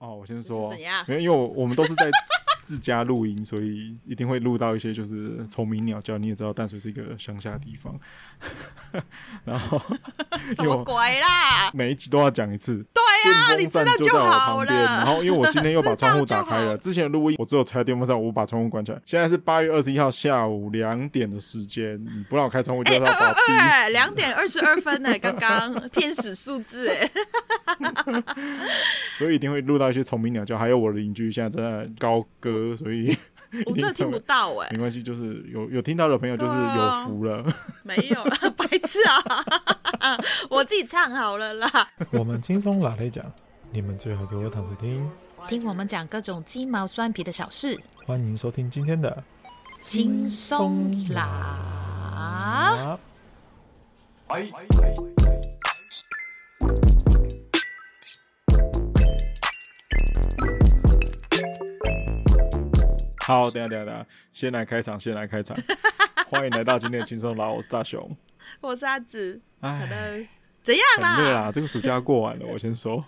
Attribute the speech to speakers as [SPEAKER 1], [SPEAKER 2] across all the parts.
[SPEAKER 1] 哦我先
[SPEAKER 2] 这
[SPEAKER 1] 说
[SPEAKER 2] 是怎样，
[SPEAKER 1] 没有，因为我我们都是在自家录音，所以一定会录到一些就是虫鸣鸟叫。你也知道，淡水是一个乡下地方，然 后
[SPEAKER 2] 什么鬼啦？
[SPEAKER 1] 每一集都要讲一次。
[SPEAKER 2] 对呀、你
[SPEAKER 1] 电
[SPEAKER 2] 知
[SPEAKER 1] 风
[SPEAKER 2] 道
[SPEAKER 1] 扇就在我
[SPEAKER 2] 好
[SPEAKER 1] 旁边，然
[SPEAKER 2] 了。
[SPEAKER 1] 后因为我今天又把
[SPEAKER 2] 知道
[SPEAKER 1] 窗户
[SPEAKER 2] 就
[SPEAKER 1] 打开
[SPEAKER 2] 好
[SPEAKER 1] 了，之前的录音我只有开电风扇，我把窗户关起来。现在是八月二十一号下午两点的时间，你不让我开窗户，就是要把我逼死。
[SPEAKER 2] 对，两点二十二 分呢，刚刚天使数字哎，
[SPEAKER 1] 所以一定会录到一些虫鸣鸟叫，还有我的邻居现在正在高歌，所以
[SPEAKER 2] 我真的听不到哎，
[SPEAKER 1] 没关系，就是有有听到的朋友就是
[SPEAKER 2] 对啊
[SPEAKER 1] 有福了。
[SPEAKER 2] 没有啦， 白痴啊！ 我自己唱好了啦。
[SPEAKER 3] 我们轻松拿来讲，你们最好给我躺着听。
[SPEAKER 2] 听我们讲各种鸡毛蒜皮的小事，
[SPEAKER 3] 欢迎收听今天的
[SPEAKER 2] 轻松啦。
[SPEAKER 3] 啊，
[SPEAKER 1] 好，等一下等一下等一下，先来开场，先来开场。欢迎来到今天的轻松老，我是大雄。
[SPEAKER 2] 我是阿紫，好
[SPEAKER 1] 哎，
[SPEAKER 2] 的，怎样
[SPEAKER 1] 很热啊
[SPEAKER 2] 啦？
[SPEAKER 1] 啦，这个暑假过完了，我先说。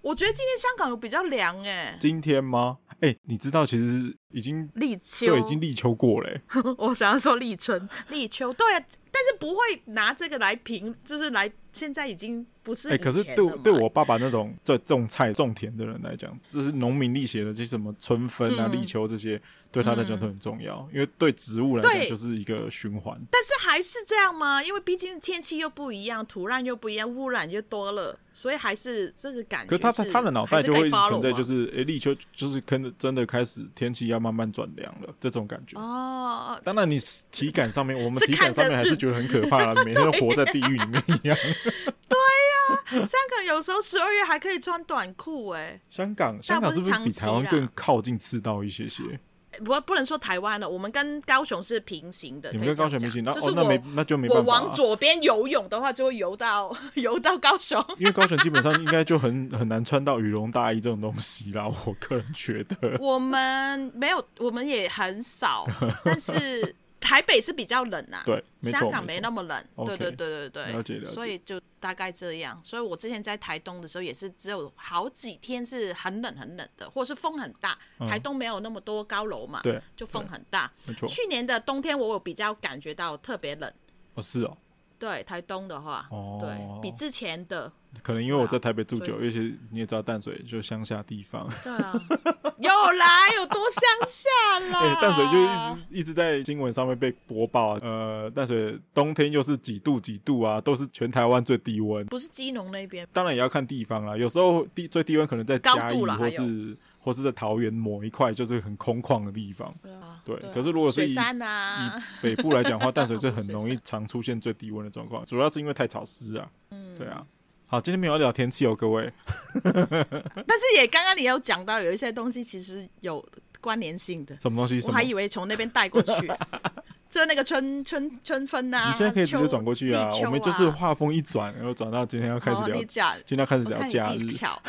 [SPEAKER 2] 我觉得今天香港有比较凉哎，
[SPEAKER 1] 今天吗？哎、你知道其实已经
[SPEAKER 2] 立秋
[SPEAKER 1] 对，已经立秋过了、欸。
[SPEAKER 2] 我想要说立春、立秋，对、啊，但是不会拿这个来评，就是来现在已经不是
[SPEAKER 1] 哎、
[SPEAKER 2] 以前
[SPEAKER 1] 可
[SPEAKER 2] 了嘛、
[SPEAKER 1] 是对我对我爸爸那种在种菜种田的人来讲，这是农民历写的，这些什么春分啊、
[SPEAKER 2] 嗯
[SPEAKER 1] 立秋这些，对他来讲都很重要，因为对植物来
[SPEAKER 2] 对
[SPEAKER 1] 讲就是一个循环。
[SPEAKER 2] 但是还是这样吗？因为毕竟天气又不一样，土壤又不一样，污染就多了，所以还是这个感
[SPEAKER 1] 可
[SPEAKER 2] 觉
[SPEAKER 1] 是他他他的脑袋就会一直存在，就是是哎、诶立秋就是跟着真的开始天气要慢慢转凉了这种感觉。
[SPEAKER 2] 哦，
[SPEAKER 1] 当然，你体感上面，我们
[SPEAKER 2] 是
[SPEAKER 1] 体
[SPEAKER 2] 看
[SPEAKER 1] 感上面
[SPEAKER 2] 着
[SPEAKER 1] 还是
[SPEAKER 2] 日
[SPEAKER 1] 觉得很可怕 啦，每天都活在地狱里面 一样。
[SPEAKER 2] 香港有时候十二月还可以穿短裤哎、
[SPEAKER 1] 香港，香港是不是比台湾更靠近赤道一些些？
[SPEAKER 2] 不不能说台湾了，我们跟高雄是平行的，
[SPEAKER 1] 你们
[SPEAKER 2] 可以
[SPEAKER 1] 跟高
[SPEAKER 2] 这样
[SPEAKER 1] 雄平行，那
[SPEAKER 2] 讲就是
[SPEAKER 1] 哦，
[SPEAKER 2] 我、
[SPEAKER 1] 那没那就没
[SPEAKER 2] 我
[SPEAKER 1] 办法啊
[SPEAKER 2] 往，左边游泳的话，就会游到 游到高雄。
[SPEAKER 1] 因为高雄基本上应该就很很难穿到羽绒大衣这种东西啦。 我个人觉得，
[SPEAKER 2] 我们没有，我们也 很少，但是台北是比较冷啊。
[SPEAKER 1] 对，没
[SPEAKER 2] 香
[SPEAKER 1] 错，
[SPEAKER 2] 港没那
[SPEAKER 1] 错。
[SPEAKER 2] 么冷，对
[SPEAKER 1] OK，
[SPEAKER 2] 对对对对，
[SPEAKER 1] 了解了解
[SPEAKER 2] 所以就大概这样。所以我之前在台东的时候，也是只有好几天是很冷很冷的，或是风很大。
[SPEAKER 1] 嗯
[SPEAKER 2] 台东没有那么多高楼嘛，
[SPEAKER 1] 对，
[SPEAKER 2] 就风很大。
[SPEAKER 1] 没错。
[SPEAKER 2] 去年的冬天，我有比较感觉到特别冷，
[SPEAKER 1] 哦，是哦，
[SPEAKER 2] 对台东的话，
[SPEAKER 1] 哦
[SPEAKER 2] 对比之前的，
[SPEAKER 1] 可能因为我在
[SPEAKER 2] 对啊
[SPEAKER 1] 台北住
[SPEAKER 2] 所以
[SPEAKER 1] 久，而且你也知道淡水就乡下地方，
[SPEAKER 2] 对啊，有来有多乡下啦。
[SPEAKER 1] 哎、淡水就一直一直在新闻上面被播报啊，呃，淡水冬天又是几度几度啊，都是全台湾最低温。
[SPEAKER 2] 不是基隆那边。
[SPEAKER 1] 当然也要看地方啦，有时候低最低温可能在
[SPEAKER 2] 高
[SPEAKER 1] 嘉义
[SPEAKER 2] 度啦
[SPEAKER 1] 或
[SPEAKER 2] 还
[SPEAKER 1] 是或是在桃园某一块，就是很空旷的地方。
[SPEAKER 2] 啊
[SPEAKER 1] 对可是如果是
[SPEAKER 2] 水
[SPEAKER 1] 以
[SPEAKER 2] 山啊，
[SPEAKER 1] 以北部来讲的话，淡水是 很容
[SPEAKER 2] 水
[SPEAKER 1] 易常出现最低温的状况，主要是因为太潮湿啊。嗯，对啊。好，今天没有要聊天气哦，各位。
[SPEAKER 2] 但是也刚刚你有讲到有一些东西其实有关联性的，
[SPEAKER 1] 什么东西？什
[SPEAKER 2] 我
[SPEAKER 1] 么
[SPEAKER 2] 还？以为从那边 带过去，就那个春春春分呐、啊，
[SPEAKER 1] 你现在可以直接转过去啊
[SPEAKER 2] 秋立秋！啊
[SPEAKER 1] 我们就是话锋一转，然后转到今天要开始
[SPEAKER 2] 哦
[SPEAKER 1] 聊，
[SPEAKER 2] 你讲，
[SPEAKER 1] 今天要开始
[SPEAKER 2] 我
[SPEAKER 1] 聊
[SPEAKER 2] 看
[SPEAKER 1] 假
[SPEAKER 2] 你
[SPEAKER 1] 日
[SPEAKER 2] 技， 巧，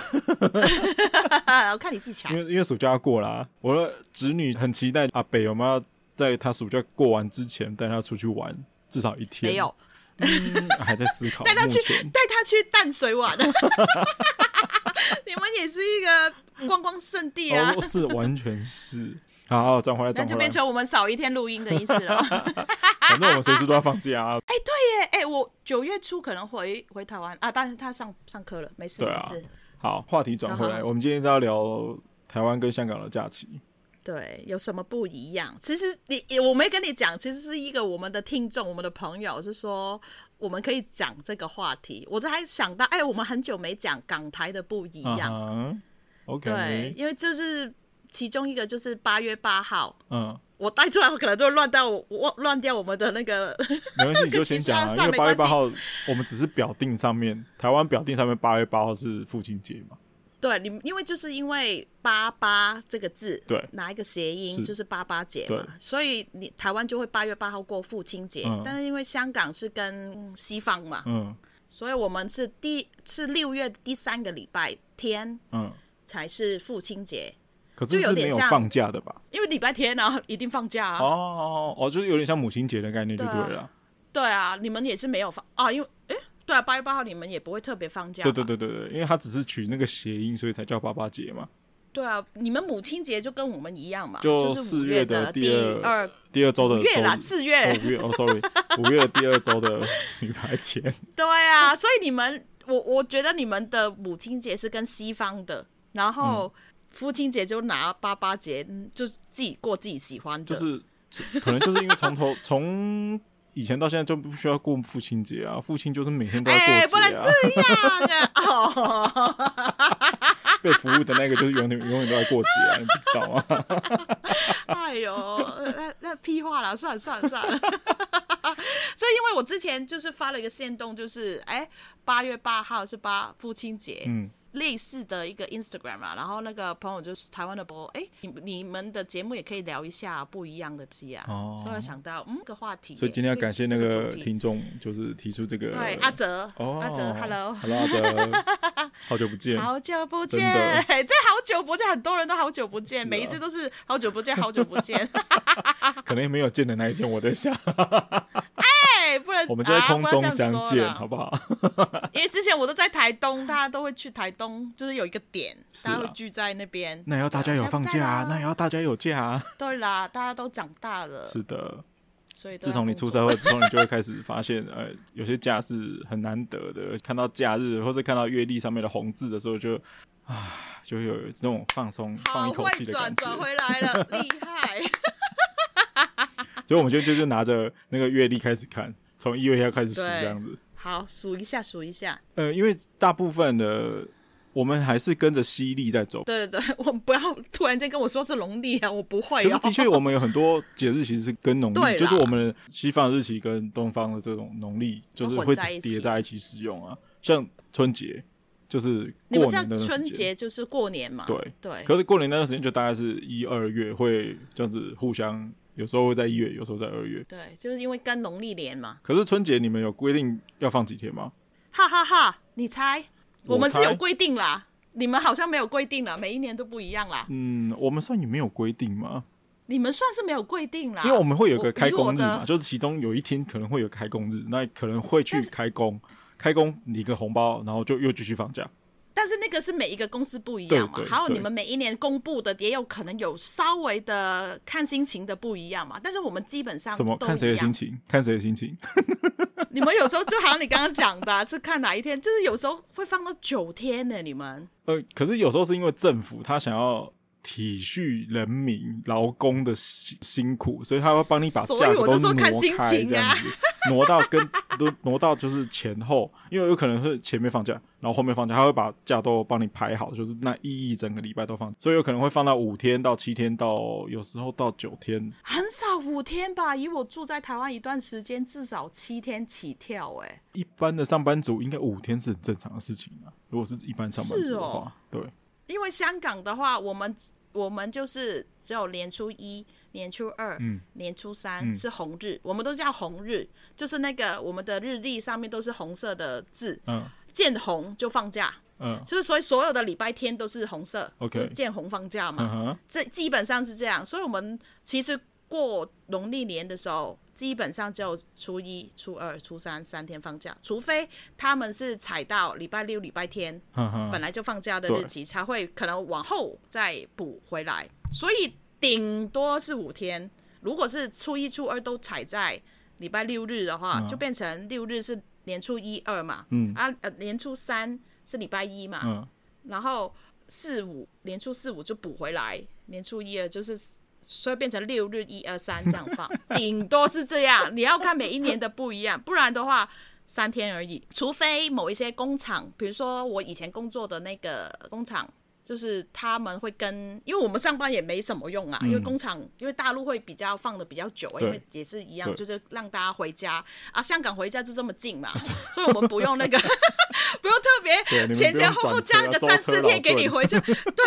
[SPEAKER 2] 我看你技巧
[SPEAKER 1] 因，为因为暑假要过啦、我的侄女很期待阿北有没有要在她暑假过完之前带她出去玩至少一天。
[SPEAKER 2] 没有，
[SPEAKER 1] 嗯还在思考。
[SPEAKER 2] 带他去
[SPEAKER 1] 目前
[SPEAKER 2] 带他去淡水玩， 你们也是一个观光圣地啊。
[SPEAKER 1] 哦，是完全是。好好，转回来，
[SPEAKER 2] 那
[SPEAKER 1] 转
[SPEAKER 2] 就
[SPEAKER 1] 回
[SPEAKER 2] 变
[SPEAKER 1] 来。
[SPEAKER 2] 成我们少一天录音的意思了。
[SPEAKER 1] 反正我们随时都要放假、啊。
[SPEAKER 2] 哎、哎、我九月初可能回回台湾啊，但是他上上课了，没事、
[SPEAKER 1] 对
[SPEAKER 2] 没
[SPEAKER 1] 啊
[SPEAKER 2] 事。
[SPEAKER 1] 好，话题转回来，
[SPEAKER 2] 嗯哼
[SPEAKER 1] 我们今天是要聊台湾跟香港的假期。
[SPEAKER 2] 对，有什么不一样？其实你我没跟你讲，其实是一个我们的听众，我们的朋友是说我们可以讲这个话题。我这还想到，哎，我们很久没讲港台的不一
[SPEAKER 1] 嗯
[SPEAKER 2] 样，
[SPEAKER 1] 哼
[SPEAKER 2] 对，
[SPEAKER 1] ，OK，
[SPEAKER 2] 因为就是其中一个就是八月八号，
[SPEAKER 1] 嗯，
[SPEAKER 2] 我带出来我可能就乱到我我乱掉我们的那个，
[SPEAKER 1] 没关系，你就先 讲啊。
[SPEAKER 2] 其
[SPEAKER 1] 因
[SPEAKER 2] 实啊
[SPEAKER 1] 为八月
[SPEAKER 2] 没关
[SPEAKER 1] 八
[SPEAKER 2] 系
[SPEAKER 1] 号，我们只是表定上面，台湾表定上面八月八号是父亲节嘛。
[SPEAKER 2] 对，你因为就是因为八八这个字，
[SPEAKER 1] 对
[SPEAKER 2] 拿一个谐音
[SPEAKER 1] 是
[SPEAKER 2] 就是八八节嘛
[SPEAKER 1] 对，
[SPEAKER 2] 所以你台湾就会八月八号过父亲节，
[SPEAKER 1] 嗯
[SPEAKER 2] 但是因为香港是跟西方嘛，
[SPEAKER 1] 嗯
[SPEAKER 2] 所以我们是第是六月第三个礼拜天
[SPEAKER 1] 嗯，
[SPEAKER 2] 才是父亲节，
[SPEAKER 1] 可是
[SPEAKER 2] 就是有
[SPEAKER 1] 没
[SPEAKER 2] 点
[SPEAKER 1] 有
[SPEAKER 2] 像
[SPEAKER 1] 放假的吧？
[SPEAKER 2] 因为礼拜天啊一定放假啊。
[SPEAKER 1] 哦哦哦，就是有点像母亲节的概念就对
[SPEAKER 2] 对
[SPEAKER 1] 了。
[SPEAKER 2] 对啊，你们也是没有放啊，因为诶，对对啊，八月八号你们也不会特别放假吧。
[SPEAKER 1] 对对对对对，因为它只是取那个谐音，所以才叫八八节嘛。
[SPEAKER 2] 对啊，你们母亲节就跟我们一样嘛，
[SPEAKER 1] 就
[SPEAKER 2] 啊就是五
[SPEAKER 1] 四
[SPEAKER 2] 月
[SPEAKER 1] 月的
[SPEAKER 2] 第
[SPEAKER 1] 第
[SPEAKER 2] 二
[SPEAKER 1] 二第二周的
[SPEAKER 2] 五月啦，
[SPEAKER 1] 周
[SPEAKER 2] 四
[SPEAKER 1] 哦
[SPEAKER 2] 月。
[SPEAKER 1] 五月哦，sorry，五月的第二周的女排前，
[SPEAKER 2] 对啊， 所以你们，我我觉得你们的母亲节是跟西方的，然后
[SPEAKER 1] 嗯
[SPEAKER 2] 父亲节就拿八八节，嗯就是自己过自己喜欢的。
[SPEAKER 1] 就是可能就是因为从头 从以前到现在就不需要过父亲节啊，父亲就是每天都要过
[SPEAKER 2] 哎、
[SPEAKER 1] 节啊，
[SPEAKER 2] 不能这样啊！哦，
[SPEAKER 1] 被服务的那个就是永远 永远都在过节啊，你不知道 吗？
[SPEAKER 2] 哎呦，那那屁话啦，算了算了算了。 这因为我之前就是发了一个线动，就是哎，八、月八号是八父亲节，
[SPEAKER 1] 嗯，
[SPEAKER 2] 类似的一个 Instagram 啊，然后那个朋友就是台湾的博，哎、你你们的节目也可以聊一下不一样的鸡啊，
[SPEAKER 1] 哦
[SPEAKER 2] 所以我想到嗯，这个话题，
[SPEAKER 1] 所以今天要感谢那
[SPEAKER 2] 这
[SPEAKER 1] 个
[SPEAKER 2] 主题
[SPEAKER 1] 听众，就是提出这个
[SPEAKER 2] 对阿哲，
[SPEAKER 1] 哦，
[SPEAKER 2] 阿哲，Hello。
[SPEAKER 1] Hello，阿 哲，好久不见，
[SPEAKER 2] 好久不见
[SPEAKER 1] 真，的
[SPEAKER 2] 这好久不见，很多人都好久不见，
[SPEAKER 1] 是啊
[SPEAKER 2] 每一次都是好久不见，好久不见。
[SPEAKER 1] 可能没有见的那一天，我在想，
[SPEAKER 2] 哎，不能，
[SPEAKER 1] 我们就在空中
[SPEAKER 2] 啊不要这样
[SPEAKER 1] 相
[SPEAKER 2] 说
[SPEAKER 1] 见，
[SPEAKER 2] 啦
[SPEAKER 1] 好不好？
[SPEAKER 2] 因为之前我都在台东，大家都会去台东，就是有一个点，
[SPEAKER 1] 是
[SPEAKER 2] 大
[SPEAKER 1] 啊
[SPEAKER 2] 家会聚在那边。
[SPEAKER 1] 那也要大家
[SPEAKER 2] 对
[SPEAKER 1] 有放假啊，
[SPEAKER 2] 现在不在啦
[SPEAKER 1] 那也要大家有假啊。
[SPEAKER 2] 对啦，大家都长大了，
[SPEAKER 1] 是的，
[SPEAKER 2] 所以都
[SPEAKER 1] 自从
[SPEAKER 2] 要
[SPEAKER 1] 你
[SPEAKER 2] 啊工
[SPEAKER 1] 出
[SPEAKER 2] 作
[SPEAKER 1] 社会之后，你就会开始发现，呃，有些假是很难得的。看到假日或者看到月历上面的红字的时候就，啊，就会有那种放松、放
[SPEAKER 2] 好
[SPEAKER 1] 一口气
[SPEAKER 2] 会
[SPEAKER 1] 的感
[SPEAKER 2] 转转
[SPEAKER 1] 觉。
[SPEAKER 2] 回 来了，厉害！
[SPEAKER 1] 所以我们就就就拿着那个月历开始看，从一月一号开始数
[SPEAKER 2] 对
[SPEAKER 1] 这样子。
[SPEAKER 2] 好，数一下，数一下。
[SPEAKER 1] 呃，因为大部分的我们还是跟着西历在走，
[SPEAKER 2] 对对 对，我们不要突然间跟我说是农历啊，我不会
[SPEAKER 1] 可
[SPEAKER 2] 哦
[SPEAKER 1] 是。的确，我们有很多节日其实是跟农
[SPEAKER 2] 对啦
[SPEAKER 1] 历，就是我们西方的日期跟东方的这种农历，就是
[SPEAKER 2] 都混
[SPEAKER 1] 会
[SPEAKER 2] 在一起
[SPEAKER 1] 叠在一起使用啊。像春节，就是
[SPEAKER 2] 你
[SPEAKER 1] 过
[SPEAKER 2] 们叫
[SPEAKER 1] 年的那段
[SPEAKER 2] 春
[SPEAKER 1] 时间，
[SPEAKER 2] 节就是过年嘛？
[SPEAKER 1] 对。
[SPEAKER 2] 对，
[SPEAKER 1] 可是过年那段时间就大概是一二月会这样子互相，有时候会在一月，有时候在二月。
[SPEAKER 2] 对，就是因为跟农历连嘛。
[SPEAKER 1] 可是春节你们有规定要放几天吗？
[SPEAKER 2] 哈哈哈，你猜？
[SPEAKER 1] 我
[SPEAKER 2] 我们是
[SPEAKER 1] 猜
[SPEAKER 2] 有规定啦，你们好像没有规定啦，每一年都不一样啦。
[SPEAKER 1] 嗯，我们算也没有规定嘛，
[SPEAKER 2] 你们算是没有规定啦，
[SPEAKER 1] 因为我们会有
[SPEAKER 2] 啊我
[SPEAKER 1] 个开工日
[SPEAKER 2] 以我
[SPEAKER 1] 嘛，
[SPEAKER 2] 的
[SPEAKER 1] 就是其中有一天可能会有开工日，那可能会去
[SPEAKER 2] 但是
[SPEAKER 1] 开工，开工领个红包，然后就又继续放假。
[SPEAKER 2] 但是那个是每一个公司不一样嘛
[SPEAKER 1] 对，对
[SPEAKER 2] 还有
[SPEAKER 1] 对
[SPEAKER 2] 你们每一年公布的也有可能有稍微的看心情的不一样嘛，但是我们基本上
[SPEAKER 1] 什么？
[SPEAKER 2] 都
[SPEAKER 1] 看谁
[SPEAKER 2] 一
[SPEAKER 1] 的
[SPEAKER 2] 样
[SPEAKER 1] 心。情，看谁的心情。
[SPEAKER 2] 你们有时候就好像你刚刚讲的啊、是看哪一天，就是有时候会放到九天呢、你们
[SPEAKER 1] 呃，可是有时候是因为政府他想要体恤人民劳工的辛辛苦，所以他会帮你把
[SPEAKER 2] 所以
[SPEAKER 1] 价
[SPEAKER 2] 我
[SPEAKER 1] 格都
[SPEAKER 2] 就说
[SPEAKER 1] 挪
[SPEAKER 2] 看心
[SPEAKER 1] 开
[SPEAKER 2] 情
[SPEAKER 1] 这样
[SPEAKER 2] 啊
[SPEAKER 1] 子，挪到跟都挪到就是前后，因为有可能是前面放假，然后后面放假，他会把假都帮你排好，就是那一一整个礼拜都放，所以有可能会放到五天到七天到有时候到九天，
[SPEAKER 2] 很少五天吧？以我住在台湾一段时间，至少七天起跳、哎，
[SPEAKER 1] 一般的上班族应该五天是很正常的事情啊，如果是一般上班
[SPEAKER 2] 是
[SPEAKER 1] 族的
[SPEAKER 2] 哦
[SPEAKER 1] 话，对。
[SPEAKER 2] 因为香港的话，我们我们就是只有年初一、年初二、
[SPEAKER 1] 嗯
[SPEAKER 2] 年初三是红日，我们都叫红日，就是那个我们的日历上面都是红色的字，
[SPEAKER 1] 嗯
[SPEAKER 2] 见红就放假，
[SPEAKER 1] 嗯
[SPEAKER 2] 就是所以所有的礼拜天都是红色
[SPEAKER 1] OK
[SPEAKER 2] 就是见红放假嘛。
[SPEAKER 1] 嗯哼，
[SPEAKER 2] 这基本上是这样，所以我们其实过农历年的时候，基本上只有初一、初二、初三三天放假，除非他们是踩到礼拜六、礼拜天
[SPEAKER 1] 嗯哼，
[SPEAKER 2] 本来就放假的
[SPEAKER 1] 对
[SPEAKER 2] 日期，才会可能往后再补回来，所以顶多是五天。如果是初一、初二都踩在礼拜六日的话，
[SPEAKER 1] 嗯
[SPEAKER 2] 就变成六日是年初一、二嘛，
[SPEAKER 1] 嗯
[SPEAKER 2] 啊，呃，年初三是礼拜一嘛，
[SPEAKER 1] 嗯。
[SPEAKER 2] 然后四五年初四五就补回来，年初一二就是。所以变成六日一二三这样放，顶多是这样。你要看每一年的不一样，不然的话三天而已。除非某一些工厂，比如说我以前工作的那个工厂，就是他们会跟，因为我们上班也没什么用啊，因为工厂因为大陆会比较放的比较久、因为
[SPEAKER 1] 嗯对
[SPEAKER 2] 也是一样，
[SPEAKER 1] 对
[SPEAKER 2] 就是让大家回家啊，香港回家就这么近 嘛，所以我们不用那个不用特别
[SPEAKER 1] 对你们
[SPEAKER 2] 前
[SPEAKER 1] 不
[SPEAKER 2] 前
[SPEAKER 1] 用
[SPEAKER 2] 后
[SPEAKER 1] 转
[SPEAKER 2] 后
[SPEAKER 1] 车
[SPEAKER 2] 加
[SPEAKER 1] 啊
[SPEAKER 2] 个
[SPEAKER 1] 舟
[SPEAKER 2] 三
[SPEAKER 1] 车
[SPEAKER 2] 四
[SPEAKER 1] 劳
[SPEAKER 2] 天给你
[SPEAKER 1] 顿
[SPEAKER 2] 回去， 对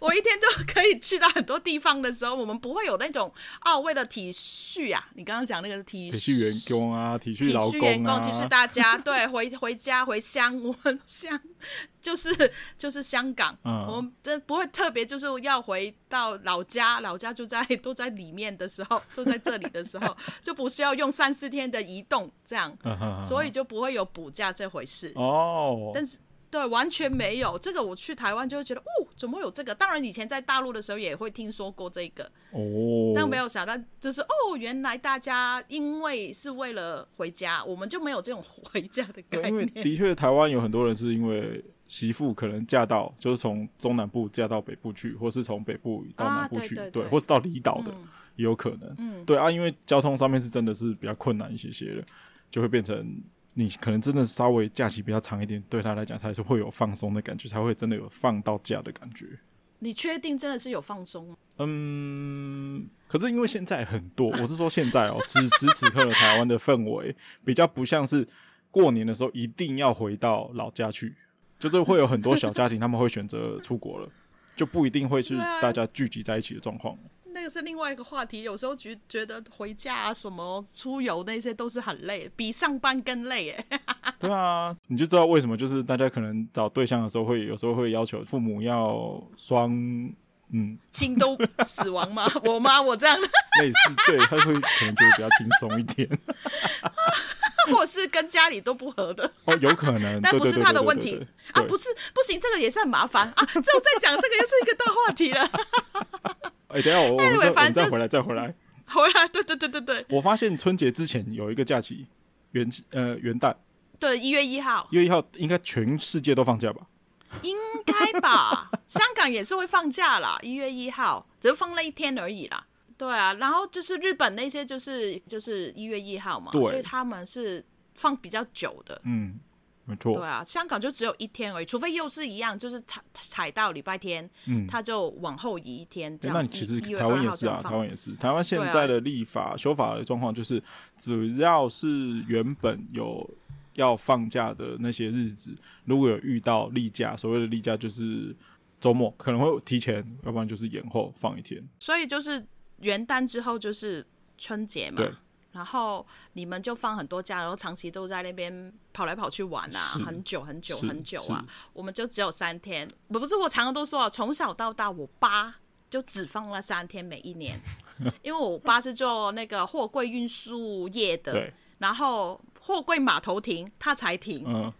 [SPEAKER 2] 我一天都可以去到很多地方的时候，我们不会有那种哦，为了体恤啊，你刚刚讲那个体
[SPEAKER 1] 体恤员工啊，体
[SPEAKER 2] 体
[SPEAKER 1] 恤劳
[SPEAKER 2] 恤员
[SPEAKER 1] 工
[SPEAKER 2] 工，体恤
[SPEAKER 1] 啊，
[SPEAKER 2] 大家，对，回回家回乡，我们乡就是就是香港，
[SPEAKER 1] 嗯
[SPEAKER 2] 我们这不会特别就是要回到老家，老家就在都在里面的时候，都在这里的时候，就不需要用三四天的移动这样，
[SPEAKER 1] 嗯哼哼
[SPEAKER 2] 所以就不会有补假这回事。
[SPEAKER 1] 哦，
[SPEAKER 2] 但是对，完全没有这个。我去台湾就会觉得，哦，怎么会有这个？当然以前在大陆的时候也会听说过这个，
[SPEAKER 1] 哦，
[SPEAKER 2] 但没有想到就是哦，原来大家因为是为了回家，我们就没有这种回家的
[SPEAKER 1] 对，
[SPEAKER 2] 概
[SPEAKER 1] 因为
[SPEAKER 2] 念。
[SPEAKER 1] 的确台湾有很多人是因为媳妇可能嫁到，就是从中南部嫁到北部去，或是从北部到
[SPEAKER 2] 啊
[SPEAKER 1] 南部
[SPEAKER 2] 对
[SPEAKER 1] 去，
[SPEAKER 2] 对对
[SPEAKER 1] 或是到离岛的、
[SPEAKER 2] 嗯
[SPEAKER 1] 也有可能。嗯，对啊，因为交通上面是真的是比较困难一些些的，就会变成你可能真的稍微假期比较长一点，对他来讲才是会有放松的感觉，才会真的有放到假的感觉。
[SPEAKER 2] 你确定真的是有放松吗？
[SPEAKER 1] 嗯，可是因为现在很多， 我是说现在哦，此时此刻的台湾的氛围比较不像是过年的时候一定要回到老家去，就是会有很多小家庭他们会选择出国了，就不一定会是
[SPEAKER 2] 对啊
[SPEAKER 1] 大家聚集在一起的状况。
[SPEAKER 2] 那个是另外一个话题。有时候觉觉得回家啊、什么出游那些都是很累，比上班更累耶。
[SPEAKER 1] 对啊，你就知道为什么就是大家可能找对象的时候会有时候会要求父母要双嗯
[SPEAKER 2] 亲都死亡吗？ 我吗？我这样，
[SPEAKER 1] 类似，对他会可能觉得比较轻松一点
[SPEAKER 2] 或是跟家里都不合的。
[SPEAKER 1] 哦，有可能，
[SPEAKER 2] 但
[SPEAKER 1] 对
[SPEAKER 2] 不
[SPEAKER 1] 对
[SPEAKER 2] 是
[SPEAKER 1] 对
[SPEAKER 2] 他的
[SPEAKER 1] 对对
[SPEAKER 2] 问
[SPEAKER 1] 对
[SPEAKER 2] 题
[SPEAKER 1] 对
[SPEAKER 2] 啊，
[SPEAKER 1] 对
[SPEAKER 2] 不是不行，这个也是很麻烦 啊。这我再讲，这个又是一个大话题了。
[SPEAKER 1] 哎、等一下我我们
[SPEAKER 2] Anyway，
[SPEAKER 1] 再我
[SPEAKER 2] 反
[SPEAKER 1] 们再
[SPEAKER 2] 正就
[SPEAKER 1] 回来再回来。
[SPEAKER 2] 好啦，对对对对对
[SPEAKER 1] 我发现春节之前有一个假期，元呃元旦
[SPEAKER 2] 对，一月一号
[SPEAKER 1] 一月一号，应该全世界都放假吧？
[SPEAKER 2] 应 该吧？香港也是会放假啦，一月一号只是放了一天而已啦。对啊，然后就是日本那些就是就是一月一号嘛，
[SPEAKER 1] 对
[SPEAKER 2] 所以他们是放比较久的。
[SPEAKER 1] 嗯，没
[SPEAKER 2] 对
[SPEAKER 1] 错。
[SPEAKER 2] 啊，香港就只有一天而已，除非又是一样，就是踩踩到礼拜天，
[SPEAKER 1] 嗯
[SPEAKER 2] 他就往后移一天这
[SPEAKER 1] 诶
[SPEAKER 2] 样。
[SPEAKER 1] 那你其实
[SPEAKER 2] 1月
[SPEAKER 1] 台湾
[SPEAKER 2] 2
[SPEAKER 1] 也
[SPEAKER 2] 号
[SPEAKER 1] 是
[SPEAKER 2] 这样
[SPEAKER 1] 啊，
[SPEAKER 2] 放
[SPEAKER 1] 台湾也是。台湾现
[SPEAKER 2] 对啊
[SPEAKER 1] 在的立法修法的状况就是，只要是原本有要放假的那些日子，如果有遇到例假，所谓的例假就是周末，可能会提前，要不然就是延后放一天。
[SPEAKER 2] 所以就是元旦之后就是春节嘛
[SPEAKER 1] 对，
[SPEAKER 2] 然后你们就放很多假，然后长期都在那边跑来跑去玩啊
[SPEAKER 1] 是，
[SPEAKER 2] 很久很久
[SPEAKER 1] 是
[SPEAKER 2] 很久啊。我们就只有三天，不不是我常常都说啊，从小到大我爸就只放了三天，每 一年，因为我爸是做那个货柜运输业的，
[SPEAKER 1] 对，
[SPEAKER 2] 然后货柜码头停他才停，
[SPEAKER 1] 嗯，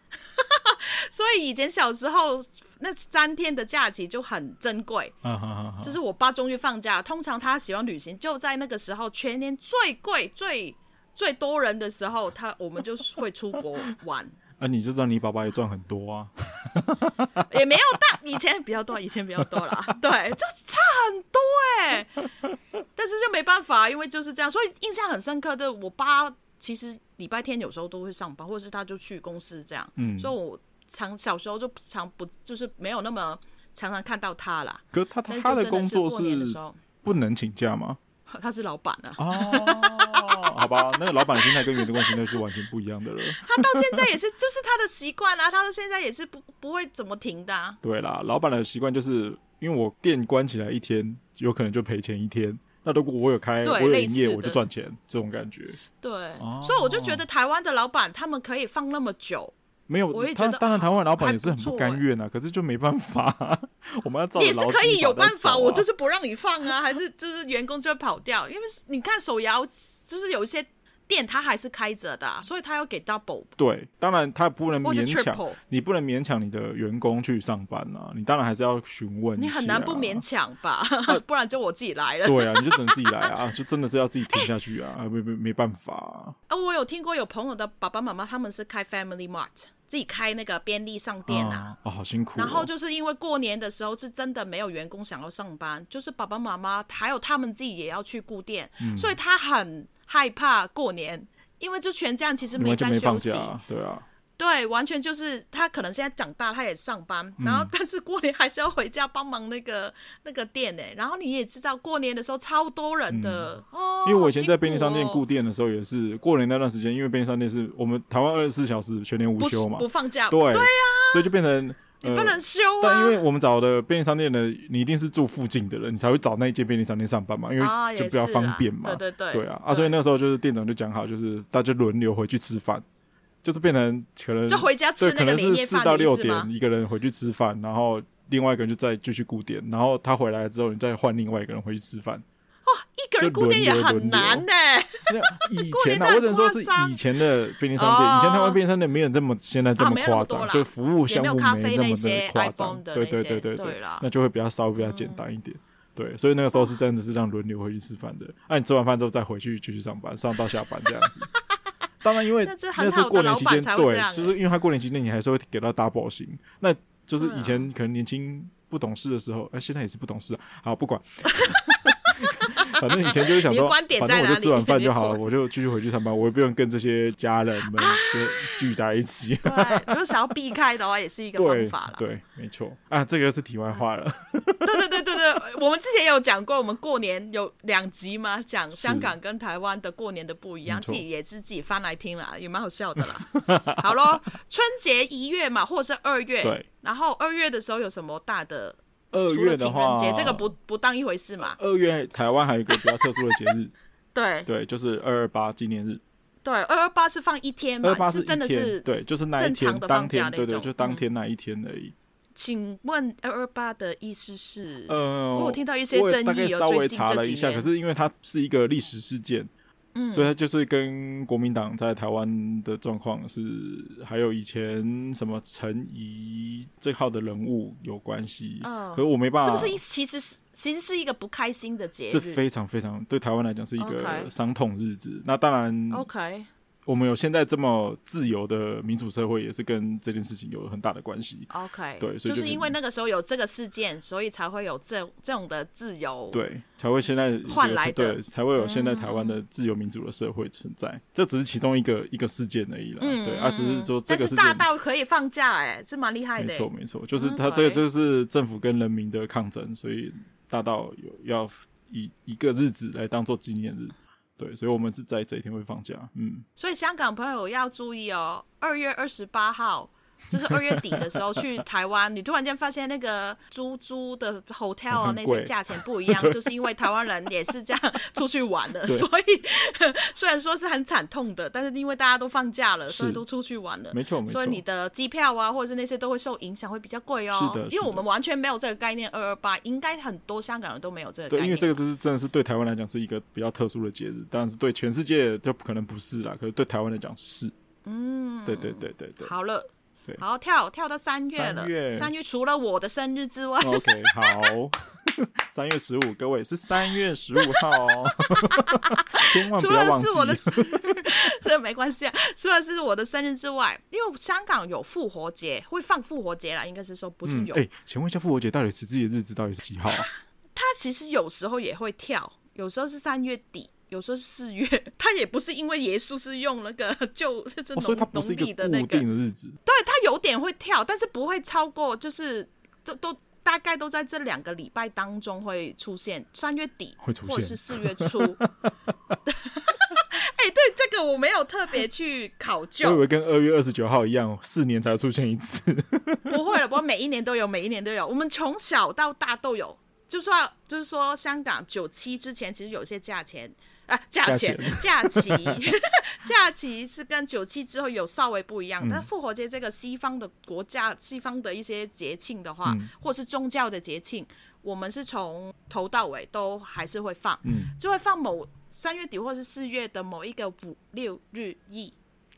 [SPEAKER 2] 所以以前小时候那三天的假期就很珍贵。
[SPEAKER 1] 啊哈哈哈
[SPEAKER 2] 就，是我爸终于放假了。通常他喜欢旅行，就在那个时候，全年最贵、最最多人的时候，他我们就会出国玩。
[SPEAKER 1] 啊，你就知道你爸爸也赚很多啊。
[SPEAKER 2] 也没有大，以前比较多，以前比较多啦。对，就差很多哎、但是就没办法，因为就是这样。所以印象很深刻的，我爸其实礼拜天有时候都会上班，或者是他就去公司这样。
[SPEAKER 1] 嗯
[SPEAKER 2] 所以我常小时候就常不就是没有那么常常看到他啦。
[SPEAKER 1] 可是他
[SPEAKER 2] 但是
[SPEAKER 1] 他
[SPEAKER 2] 就
[SPEAKER 1] 的
[SPEAKER 2] 真
[SPEAKER 1] 工
[SPEAKER 2] 是
[SPEAKER 1] 作
[SPEAKER 2] 过年的时
[SPEAKER 1] 是
[SPEAKER 2] 候，
[SPEAKER 1] 不能请假吗？
[SPEAKER 2] 他是老板啊。
[SPEAKER 1] 哦， 好吧，那个老板的心态跟员工心态是完全不一样 的了。
[SPEAKER 2] 他到现在也是，就是他的习惯啊，他到现在也是不不会怎么停的、啊。
[SPEAKER 1] 对啦，老板的习惯就是，因为我店关起来一天，有可能就赔钱一天。那如果我有开，
[SPEAKER 2] 对
[SPEAKER 1] 我有
[SPEAKER 2] 类
[SPEAKER 1] 营业，
[SPEAKER 2] 似
[SPEAKER 1] 我就
[SPEAKER 2] 的
[SPEAKER 1] 赚钱，这种感觉
[SPEAKER 2] 对，
[SPEAKER 1] 哦
[SPEAKER 2] 所以我就觉得台湾的老板他们可以放那么久，
[SPEAKER 1] 没有。
[SPEAKER 2] 我也
[SPEAKER 1] 他
[SPEAKER 2] 觉得
[SPEAKER 1] 当然，
[SPEAKER 2] 啊
[SPEAKER 1] 台湾老板
[SPEAKER 2] 还
[SPEAKER 1] 也是
[SPEAKER 2] 不
[SPEAKER 1] 很不
[SPEAKER 2] 错
[SPEAKER 1] 甘
[SPEAKER 2] 欸
[SPEAKER 1] 愿啊，可是就没办法、 我们要照着
[SPEAKER 2] 也是
[SPEAKER 1] 劳
[SPEAKER 2] 可
[SPEAKER 1] 基
[SPEAKER 2] 以有
[SPEAKER 1] 在
[SPEAKER 2] 办法，
[SPEAKER 1] 走
[SPEAKER 2] 我
[SPEAKER 1] 啊
[SPEAKER 2] 就是不让你放啊，还 是就是员工就会跑掉，因为你看手摇就是有一些店它还是开着的啊、所以他要给 double
[SPEAKER 1] 对，当然他不能
[SPEAKER 2] 或是
[SPEAKER 1] 勉强，
[SPEAKER 2] triple，
[SPEAKER 1] 你不能勉强你的员工去上班啊，你当然还是要询问、啊
[SPEAKER 2] 你很难不勉。强吧， 不然就我自己来了。
[SPEAKER 1] 呃 对啊，你就只能自己来啊，就真的是要自己听下去啊，没没没办法啊、
[SPEAKER 2] 啊，我有听过有朋友的爸爸妈妈他们是开 Family Mart，自己开那个便利商店啊。
[SPEAKER 1] 啊、哦，好辛苦、哦。
[SPEAKER 2] 然后就是因为过年的时候是真的没有员工想要上班，就是爸爸妈妈还有他们自己也要去顾店，
[SPEAKER 1] 嗯
[SPEAKER 2] 所以他很害怕过年，因为就全家人其实
[SPEAKER 1] 你完全
[SPEAKER 2] 在
[SPEAKER 1] 没
[SPEAKER 2] 休
[SPEAKER 1] 放
[SPEAKER 2] 息
[SPEAKER 1] 假，啊，对啊，
[SPEAKER 2] 对，完全就是他可能现在长大，他也上班，然
[SPEAKER 1] 嗯
[SPEAKER 2] 后但是过年还是要回家帮忙那个那个店呢、然后你也知道过年的时候超多人的、哦，
[SPEAKER 1] 嗯因为我以前在便利商店
[SPEAKER 2] 好辛苦
[SPEAKER 1] 顾
[SPEAKER 2] 哦。
[SPEAKER 1] 店的时候，也是过年那段时间，因为便利商店是我们台湾二十四小时全年无
[SPEAKER 2] 不
[SPEAKER 1] 休嘛，
[SPEAKER 2] 不放假，
[SPEAKER 1] 对
[SPEAKER 2] 对，啊
[SPEAKER 1] 所以就变成
[SPEAKER 2] 你不能
[SPEAKER 1] 呃，
[SPEAKER 2] 休啊！
[SPEAKER 1] 但因为我们找的便利商店的，你一定是住附近的人，你才会找那一间便利商店上班嘛，因
[SPEAKER 2] 啊
[SPEAKER 1] 为就
[SPEAKER 2] 也
[SPEAKER 1] 比较
[SPEAKER 2] 是
[SPEAKER 1] 方
[SPEAKER 2] 啦
[SPEAKER 1] 便嘛，
[SPEAKER 2] 对对对
[SPEAKER 1] 对啊，啊，所以那时候就是店长就讲好，就是大家轮流回去吃饭，就是变成可能
[SPEAKER 2] 就回家吃
[SPEAKER 1] 对，
[SPEAKER 2] 那
[SPEAKER 1] 可
[SPEAKER 2] 个
[SPEAKER 1] 能
[SPEAKER 2] 年
[SPEAKER 1] 是
[SPEAKER 2] 夜
[SPEAKER 1] 四
[SPEAKER 2] 饭
[SPEAKER 1] 到
[SPEAKER 2] 的意
[SPEAKER 1] 六
[SPEAKER 2] 思
[SPEAKER 1] 点
[SPEAKER 2] 吗？
[SPEAKER 1] 一个人回去吃饭，然后另外一个人就再继续固点，然后他回来之后，你再换另外一个人回去吃饭。
[SPEAKER 2] 一个人
[SPEAKER 1] 就
[SPEAKER 2] 固定
[SPEAKER 1] 轮
[SPEAKER 2] 也
[SPEAKER 1] 流
[SPEAKER 2] 很
[SPEAKER 1] 轮
[SPEAKER 2] 难
[SPEAKER 1] 流
[SPEAKER 2] 呢、
[SPEAKER 1] 那以
[SPEAKER 2] 过
[SPEAKER 1] 前
[SPEAKER 2] 年
[SPEAKER 1] 呢、
[SPEAKER 2] 真
[SPEAKER 1] 我
[SPEAKER 2] 的
[SPEAKER 1] 只能
[SPEAKER 2] 很
[SPEAKER 1] 说是
[SPEAKER 2] 夸张哦
[SPEAKER 1] 以前的便利商店，以前台湾便利商店没有这么现在这
[SPEAKER 2] 啊
[SPEAKER 1] 么
[SPEAKER 2] 没有那么
[SPEAKER 1] 夸
[SPEAKER 2] 多
[SPEAKER 1] 张，
[SPEAKER 2] 啦
[SPEAKER 1] 就服务
[SPEAKER 2] 也
[SPEAKER 1] 项
[SPEAKER 2] 没有
[SPEAKER 1] 目
[SPEAKER 2] 咖
[SPEAKER 1] 没
[SPEAKER 2] 啡
[SPEAKER 1] 那
[SPEAKER 2] 那
[SPEAKER 1] 么
[SPEAKER 2] 些
[SPEAKER 1] 夸
[SPEAKER 2] iPhone
[SPEAKER 1] 张，
[SPEAKER 2] 的
[SPEAKER 1] 对
[SPEAKER 2] 那
[SPEAKER 1] 对
[SPEAKER 2] 些
[SPEAKER 1] 对对
[SPEAKER 2] 对啦嗯
[SPEAKER 1] 那就会比较稍微比较简单一点。对，所以那个时候是真的是这样轮流回去吃饭的。那、你吃完饭之后再回去继续上班，上到下班这样子。当然，因为
[SPEAKER 2] 那这很
[SPEAKER 1] 那是
[SPEAKER 2] 好的
[SPEAKER 1] 过年
[SPEAKER 2] 老
[SPEAKER 1] 期
[SPEAKER 2] 板
[SPEAKER 1] 间，
[SPEAKER 2] 才会这
[SPEAKER 1] 对
[SPEAKER 2] 样，
[SPEAKER 1] 就是因为他过年期间你还是会给到 double 薪，那就是
[SPEAKER 2] 对啊
[SPEAKER 1] 以前可能年轻不懂事的时候，哎、现在也是不懂事啊，好不管。 反正以前就是想
[SPEAKER 2] 你的
[SPEAKER 1] 说，
[SPEAKER 2] 观点
[SPEAKER 1] 反
[SPEAKER 2] 在
[SPEAKER 1] 正我就
[SPEAKER 2] 哪里
[SPEAKER 1] 吃完饭就好
[SPEAKER 2] 你
[SPEAKER 1] 了，
[SPEAKER 2] 的啊
[SPEAKER 1] 我就继续回去上班，我也 不用跟这些家人 们就聚在一起。
[SPEAKER 2] 对，如果想要避开的话，也是一个方
[SPEAKER 1] 对
[SPEAKER 2] 法啦。
[SPEAKER 1] 对，没错啊，这个是题外话 了。
[SPEAKER 2] 对对对对对，我们之前也有讲过，我们过年有两集嘛，讲香港跟台湾的过年的不一样，
[SPEAKER 1] 没
[SPEAKER 2] 自
[SPEAKER 1] 错
[SPEAKER 2] 己也是自己翻来听啦，也蛮好笑的啦。好咯，春节一月嘛，或者是二月，
[SPEAKER 1] 对，
[SPEAKER 2] 然后二月的时候有什么大的？
[SPEAKER 1] 二
[SPEAKER 2] 除
[SPEAKER 1] 月
[SPEAKER 2] 了
[SPEAKER 1] 的
[SPEAKER 2] 情
[SPEAKER 1] 话
[SPEAKER 2] 人，节，这个不不当一回事嘛？
[SPEAKER 1] 二月台湾还有一个比较特殊的节日，
[SPEAKER 2] 对
[SPEAKER 1] 对，就是二二八纪念日。
[SPEAKER 2] 对，二二八是放一天嘛
[SPEAKER 1] 二，八
[SPEAKER 2] 是
[SPEAKER 1] 一
[SPEAKER 2] 真的
[SPEAKER 1] 天，
[SPEAKER 2] 是。
[SPEAKER 1] 对，就是那一
[SPEAKER 2] 正
[SPEAKER 1] 天
[SPEAKER 2] 常的
[SPEAKER 1] 当
[SPEAKER 2] 放假
[SPEAKER 1] 天，
[SPEAKER 2] 那
[SPEAKER 1] 对对，
[SPEAKER 2] 种嗯
[SPEAKER 1] 就当天那一天而已。
[SPEAKER 2] 请问二二八的意思是？
[SPEAKER 1] 呃，
[SPEAKER 2] 我有听到一些
[SPEAKER 1] 我也
[SPEAKER 2] 争议
[SPEAKER 1] 大概
[SPEAKER 2] 有
[SPEAKER 1] 稍
[SPEAKER 2] 最
[SPEAKER 1] 微
[SPEAKER 2] 近
[SPEAKER 1] 查
[SPEAKER 2] 这
[SPEAKER 1] 了
[SPEAKER 2] 几
[SPEAKER 1] 一下，
[SPEAKER 2] 年
[SPEAKER 1] 可是因为它是一个历史事件，
[SPEAKER 2] 嗯
[SPEAKER 1] 所以它就是跟国民党在台湾的状况是，还有以前什么陈仪这号的人物有关系。
[SPEAKER 2] 哦
[SPEAKER 1] 可是我没办
[SPEAKER 2] 是
[SPEAKER 1] 法，
[SPEAKER 2] 不是一其实是其实是一个不开心的节
[SPEAKER 1] 是
[SPEAKER 2] 日
[SPEAKER 1] 非常非常对台湾来讲是一
[SPEAKER 2] OK 哦
[SPEAKER 1] 个伤痛日子。那当然，
[SPEAKER 2] ？OK，
[SPEAKER 1] 我们有现在这么自由的民主社会，也是跟这件事情有很大的关
[SPEAKER 2] 哦
[SPEAKER 1] 系。
[SPEAKER 2] OK，
[SPEAKER 1] 对所以
[SPEAKER 2] 就
[SPEAKER 1] 就是
[SPEAKER 2] 因为那个时候有这个事件，所以才会有这这种的自由。，
[SPEAKER 1] 对，啊才会现在
[SPEAKER 2] 换来的嗯
[SPEAKER 1] 对，才会有现在台湾的自由民主的社会存在。这只是其中一个一个事件而已啦。
[SPEAKER 2] 嗯
[SPEAKER 1] 对啊，只是说这
[SPEAKER 2] 但
[SPEAKER 1] 个
[SPEAKER 2] 是
[SPEAKER 1] 事
[SPEAKER 2] 大
[SPEAKER 1] 件，
[SPEAKER 2] 到可以放假、哎，这蛮厉害
[SPEAKER 1] 没
[SPEAKER 2] 的、
[SPEAKER 1] 错
[SPEAKER 2] 哎
[SPEAKER 1] 没错，就是
[SPEAKER 2] 嗯
[SPEAKER 1] 它这个
[SPEAKER 2] 对
[SPEAKER 1] 就是政府跟人民的抗争，所以大到有要以一个日子来当做纪念日。对，所以我们是在这一天会放假。嗯，
[SPEAKER 2] 所以香港朋友要注意哦，二月二十八号。就是二月底的时 候去台湾，你突然间发现那个租租的 hotel 啊
[SPEAKER 1] 很
[SPEAKER 2] 那
[SPEAKER 1] 贵
[SPEAKER 2] 些价钱 不一样，就是因为台湾人也是这样出去玩的，
[SPEAKER 1] 对
[SPEAKER 2] 所以 虽然说是很惨痛的，但是因为大家都放假了，所以
[SPEAKER 1] 是
[SPEAKER 2] 都出去玩了。
[SPEAKER 1] 没错没错。
[SPEAKER 2] 所以你的机票啊，或者是那些都会受影响，会比较贵哦。
[SPEAKER 1] 是的
[SPEAKER 2] 因为我
[SPEAKER 1] 是
[SPEAKER 2] 们
[SPEAKER 1] 的
[SPEAKER 2] 完全没有这个概念，二二八应该很多香港人都没有这个概
[SPEAKER 1] 对，
[SPEAKER 2] 念。
[SPEAKER 1] 因为这个就是真的是对台湾来讲是一个比较特殊的节日，但是对全世界就可能不是啦，可是对台湾来讲是。嗯，对对对对对。
[SPEAKER 2] 好了
[SPEAKER 1] 对，
[SPEAKER 2] 好跳跳到三月了。
[SPEAKER 1] 三月哦
[SPEAKER 2] 除了我的生日之外，
[SPEAKER 1] OK，好，三月十五，各位是三月十五号 哦，千万
[SPEAKER 2] 除
[SPEAKER 1] 不要
[SPEAKER 2] 了
[SPEAKER 1] 忘
[SPEAKER 2] 是
[SPEAKER 1] 记。
[SPEAKER 2] 我的生日， 这没关系啊。除了是我的生日之外，因为香港有复活节，会放复活节啦，应该是说不是
[SPEAKER 1] 嗯，
[SPEAKER 2] 有，
[SPEAKER 1] 哎、请问一下复活节到底实际的日子到底是几 号啊？
[SPEAKER 2] 它其实有时候也会跳，有时候是三月底。有时候是四月， 它也不是因为耶稣是用那个就 就是
[SPEAKER 1] 哦，
[SPEAKER 2] 农、
[SPEAKER 1] 所以它不
[SPEAKER 2] 农
[SPEAKER 1] 是一
[SPEAKER 2] 历
[SPEAKER 1] 个
[SPEAKER 2] 的
[SPEAKER 1] 固
[SPEAKER 2] 那个
[SPEAKER 1] 定的日子。
[SPEAKER 2] 对，它有点会跳，但是不会超过，就是都都大概都在这两个礼拜当中会出现，三月底
[SPEAKER 1] 会出现
[SPEAKER 2] 或者是四月 初。 哎、对这个我没有特别去 考
[SPEAKER 1] 我以
[SPEAKER 2] 究，
[SPEAKER 1] 为跟二月二十九号一样，四年才出现一 次。
[SPEAKER 2] 不会了，不过每一年都有，每一年都有，我们从小到大都有。就说就是说，香港九七之前其实有些价钱啊， 价钱假期假期是跟九七之后有稍微不一样。但复活节这个西方的国家、西方的一些节庆的话，
[SPEAKER 1] 嗯
[SPEAKER 2] 或是宗教的节庆，我们是从头到尾都还是会放，
[SPEAKER 1] 嗯，
[SPEAKER 2] 就会放某三月底或是四月的某一个五六日一。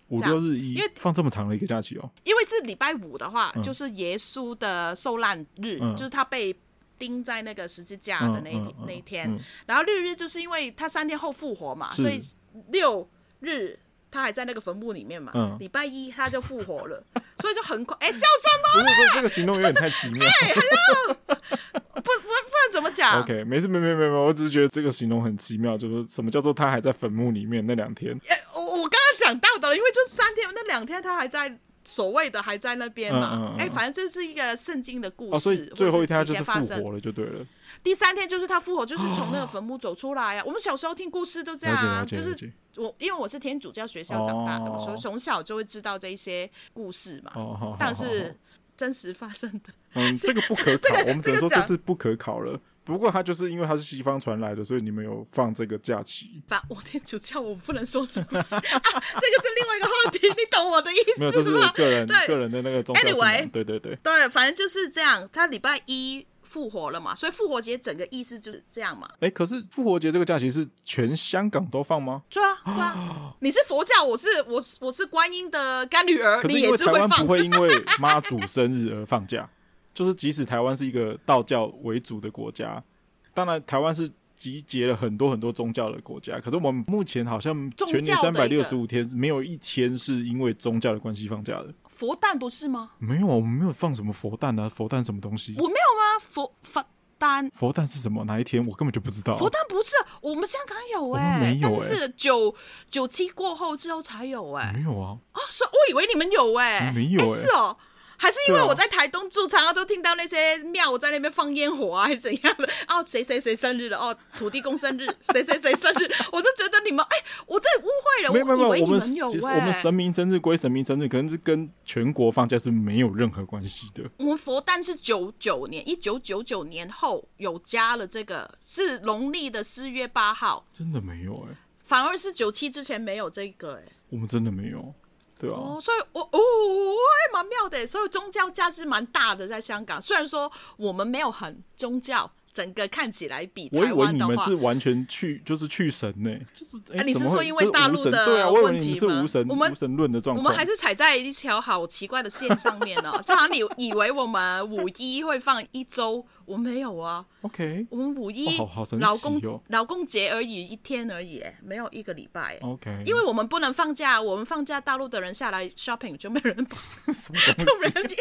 [SPEAKER 1] 五
[SPEAKER 2] 这样
[SPEAKER 1] 六日一
[SPEAKER 2] 因为，
[SPEAKER 1] 放这么长的一个假期哦。
[SPEAKER 2] 因为是礼拜五的话，
[SPEAKER 1] 嗯
[SPEAKER 2] 就是耶稣的受难日，
[SPEAKER 1] 嗯
[SPEAKER 2] 就是他被钉在那个十字架
[SPEAKER 1] 嗯
[SPEAKER 2] 的那一天、
[SPEAKER 1] 嗯嗯
[SPEAKER 2] 那一天。
[SPEAKER 1] 嗯
[SPEAKER 2] 然后六日就是因为他三天后复活嘛，
[SPEAKER 1] 是
[SPEAKER 2] 所以六日他还在那个坟墓里面嘛，
[SPEAKER 1] 嗯
[SPEAKER 2] 礼拜一他就复活了， 所以就很快。哎，笑什
[SPEAKER 1] 不是不是，这个行动有点太奇 妙。
[SPEAKER 2] 哦么？不不不然怎么讲
[SPEAKER 1] OK，没事，没没没没，我只是觉得这个形容很奇妙，就是什么叫做他还在坟墓里面那两天。
[SPEAKER 2] 哎我我刚刚想到的了，因为就是三天那两天他还在。所谓的还在那边
[SPEAKER 1] 嗯
[SPEAKER 2] 嘛
[SPEAKER 1] 嗯嗯，嗯
[SPEAKER 2] 哎、反正这是一个圣经的故事，
[SPEAKER 1] 哦，所以最后一天他就是
[SPEAKER 2] 或是以前发
[SPEAKER 1] 复
[SPEAKER 2] 生
[SPEAKER 1] 活了，就对了。
[SPEAKER 2] 第三天就是他复活，就是从那个坟墓走出来啊。我们小时候听故事都这样啊，
[SPEAKER 1] 哦了解
[SPEAKER 2] 就
[SPEAKER 1] 了解了
[SPEAKER 2] 是
[SPEAKER 1] 解。
[SPEAKER 2] 我因为我是天主教学校长大的嘛，
[SPEAKER 1] 哦
[SPEAKER 2] 所以从小就会知道这一些故事嘛。
[SPEAKER 1] 哦，好，好好
[SPEAKER 2] 但
[SPEAKER 1] 好
[SPEAKER 2] 是真实发生的，
[SPEAKER 1] 嗯，这个不可
[SPEAKER 2] 这
[SPEAKER 1] 考
[SPEAKER 2] 个，
[SPEAKER 1] 我们只能
[SPEAKER 2] 这个
[SPEAKER 1] 说这
[SPEAKER 2] 讲
[SPEAKER 1] 是不可考了。不过它就是因为它是西方传来的，所以你们有放这个假期，
[SPEAKER 2] 反我天主教，我不能说是不 是啊？这个是另外一个话题，你懂我的意
[SPEAKER 1] 没有，这
[SPEAKER 2] 思
[SPEAKER 1] 是
[SPEAKER 2] 吧？
[SPEAKER 1] 个人
[SPEAKER 2] 对
[SPEAKER 1] 个人的那个宗教信仰
[SPEAKER 2] Anyway
[SPEAKER 1] 对对对，
[SPEAKER 2] 对，反正就是这样。他礼拜一复活了嘛，所以复活节整个意思就是这样嘛。
[SPEAKER 1] 哎，可是复活节这个假期是全香港都放吗？
[SPEAKER 2] 对啊，对啊， 你是佛教，我是我是我是观音的干女儿，
[SPEAKER 1] 可
[SPEAKER 2] 你
[SPEAKER 1] 因
[SPEAKER 2] 也
[SPEAKER 1] 为
[SPEAKER 2] 是
[SPEAKER 1] 台湾
[SPEAKER 2] 放
[SPEAKER 1] 不。会因为妈祖生日而放假，就是即使台湾是一个道教为主的国家，当然台湾是集结了很多很多宗教的国家，可是我们目前好像
[SPEAKER 2] 宗
[SPEAKER 1] 全年
[SPEAKER 2] 教
[SPEAKER 1] 三
[SPEAKER 2] 的
[SPEAKER 1] 百
[SPEAKER 2] 一个
[SPEAKER 1] 六十五天没有一天是因为宗教的关系放假的，
[SPEAKER 2] 佛诞不是吗？
[SPEAKER 1] 没有啊，我们没有放什么佛诞啊，佛诞什么东西？
[SPEAKER 2] 我没有吗？佛佛诞。
[SPEAKER 1] 佛诞是什么？哪一天我根本就不知道啊。
[SPEAKER 2] 佛诞不是，我们香港有
[SPEAKER 1] 们
[SPEAKER 2] 哎、
[SPEAKER 1] 没有欸
[SPEAKER 2] 但是是九九七过后之后才有哎、
[SPEAKER 1] 没有啊，
[SPEAKER 2] 哦，是我以为你们有哎、欸，
[SPEAKER 1] 没有欸
[SPEAKER 2] 欸是哦。还是因为
[SPEAKER 1] 对啊
[SPEAKER 2] 我在台东住，常常都听到那些庙在那边放烟火啊，还是怎样的？ 哦，谁谁谁生日了？哦，土地 公生日，谁谁谁生日？我就觉得你们，哎、我这误会了，
[SPEAKER 1] 没有没有没有，
[SPEAKER 2] 我以
[SPEAKER 1] 我
[SPEAKER 2] 为你
[SPEAKER 1] 们
[SPEAKER 2] 们有
[SPEAKER 1] 其实
[SPEAKER 2] 哎、
[SPEAKER 1] 我们神明生日归神明生日，可能是跟全国放假是没有任何关系的。
[SPEAKER 2] 我们佛诞是九九年，一九九九年后有加了这个，是农历的四月八号，
[SPEAKER 1] 真的没有哎、
[SPEAKER 2] 反而是九七之前没有这个哎、
[SPEAKER 1] 我们真的没有，对啊，
[SPEAKER 2] 哦，所以我哦，还蛮妙的，欸所以宗教价值蛮大的，在香港。虽然说我们没有很宗教，整个看起来比
[SPEAKER 1] 我
[SPEAKER 2] 台
[SPEAKER 1] 以为
[SPEAKER 2] 湾
[SPEAKER 1] 你
[SPEAKER 2] 的
[SPEAKER 1] 们
[SPEAKER 2] 话
[SPEAKER 1] 是，完全去就是去神呢、就是哎、
[SPEAKER 2] 啊你是
[SPEAKER 1] 怎么会
[SPEAKER 2] 说因为
[SPEAKER 1] 就是
[SPEAKER 2] 大
[SPEAKER 1] 无
[SPEAKER 2] 陆
[SPEAKER 1] 神
[SPEAKER 2] 的
[SPEAKER 1] 对啊，我以为
[SPEAKER 2] 问
[SPEAKER 1] 你们是
[SPEAKER 2] 题吗
[SPEAKER 1] 无神
[SPEAKER 2] 我们
[SPEAKER 1] 无神论的状
[SPEAKER 2] 我
[SPEAKER 1] 况，
[SPEAKER 2] 们还是踩在一条好奇怪的线上面 呢、就好像你以为我们五一会放一周，我没有啊，
[SPEAKER 1] OK
[SPEAKER 2] 我们五一
[SPEAKER 1] 哇好好神奇
[SPEAKER 2] 老公、
[SPEAKER 1] 哦
[SPEAKER 2] 老公节而已，一天而已，欸没有一个礼拜。
[SPEAKER 1] OK，
[SPEAKER 2] 因为我们不能放假，我们放假，大陆的人下来 shopping 就没人，
[SPEAKER 1] 什么东
[SPEAKER 2] 就
[SPEAKER 1] 西
[SPEAKER 2] 没人接。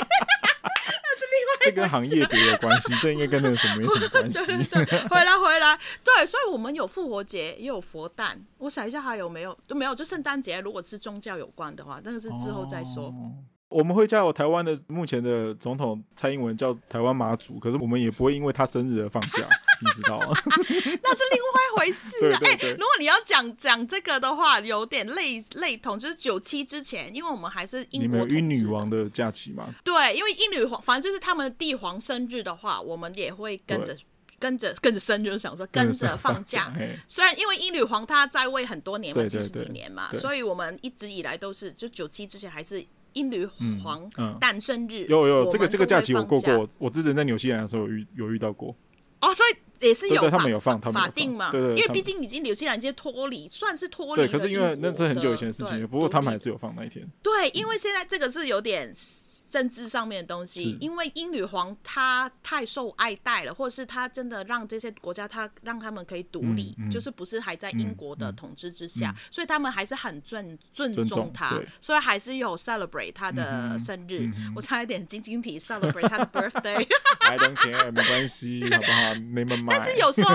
[SPEAKER 1] 这跟行业别有 关系，这应该跟那个什么没什么关系。
[SPEAKER 2] 对对对，回来回来，对，所以我们有复活节，也有佛诞。我想一下还有没有？没有，就圣诞节，如果是宗教有关的话，那个是之后再说。
[SPEAKER 1] 哦我们会叫台湾的目前的总统蔡英文叫台湾马祖，可是我们也不会因为他生日而放 假，你知道吗？。
[SPEAKER 2] 那是另外一回事
[SPEAKER 1] 对
[SPEAKER 2] 啊
[SPEAKER 1] 对
[SPEAKER 2] 哎、
[SPEAKER 1] 对
[SPEAKER 2] 如果你要讲讲这个的话，有点类类同，就是九七之前，因为我们还是
[SPEAKER 1] 你
[SPEAKER 2] 英
[SPEAKER 1] 们
[SPEAKER 2] 国
[SPEAKER 1] 有英
[SPEAKER 2] 统治
[SPEAKER 1] 女
[SPEAKER 2] 的
[SPEAKER 1] 王的假期吗？
[SPEAKER 2] 对，因为英女皇，反正就是他们帝皇生日的话，我们也会跟着跟着跟着生日，就是想说跟着放假。
[SPEAKER 1] 嘿
[SPEAKER 2] 虽然因为英女皇她在位很多年嘛，
[SPEAKER 1] 对
[SPEAKER 2] 七
[SPEAKER 1] 对
[SPEAKER 2] 十几
[SPEAKER 1] 对
[SPEAKER 2] 年嘛，
[SPEAKER 1] 对
[SPEAKER 2] 所以我们一直以来都是就九七之前还是英女皇
[SPEAKER 1] 嗯嗯
[SPEAKER 2] 诞生日，
[SPEAKER 1] 有
[SPEAKER 2] 我
[SPEAKER 1] 有
[SPEAKER 2] 们
[SPEAKER 1] 这个这个
[SPEAKER 2] 都会
[SPEAKER 1] 假期我
[SPEAKER 2] 放
[SPEAKER 1] 过
[SPEAKER 2] 假
[SPEAKER 1] 过，我之前在纽西兰的时候有遇有遇到过，
[SPEAKER 2] 哦，所以也是
[SPEAKER 1] 对
[SPEAKER 2] 有
[SPEAKER 1] 对
[SPEAKER 2] 法
[SPEAKER 1] 他们有放他们有
[SPEAKER 2] 法
[SPEAKER 1] 放
[SPEAKER 2] 定嘛，
[SPEAKER 1] 对对对
[SPEAKER 2] 因为
[SPEAKER 1] 他
[SPEAKER 2] 毕
[SPEAKER 1] 们
[SPEAKER 2] 竟已经纽西兰已经脱离，算是脱
[SPEAKER 1] 对，
[SPEAKER 2] 离了英
[SPEAKER 1] 可
[SPEAKER 2] 国的，
[SPEAKER 1] 是因为那是很久以前的事情
[SPEAKER 2] 对
[SPEAKER 1] 了，不过他们还
[SPEAKER 2] 独
[SPEAKER 1] 是有放那一天。
[SPEAKER 2] 立对，因为现在这个是有点。政治上面的东西
[SPEAKER 1] 是，
[SPEAKER 2] 因为英女皇她太受爱戴了，或者是她真的让这些国家，她让他们可以独立，
[SPEAKER 1] 嗯嗯嗯
[SPEAKER 2] 就是不是还在英国的统治之下，所以他们还是很尊尊
[SPEAKER 1] 尊重
[SPEAKER 2] 重她
[SPEAKER 1] 对，嗯
[SPEAKER 2] 所以还是有 celebrate 她的生日。我差一点晶晶体 celebrate 她的 birthday，
[SPEAKER 1] I don't care，没关系，好不好？没们买。
[SPEAKER 2] 但是有时候，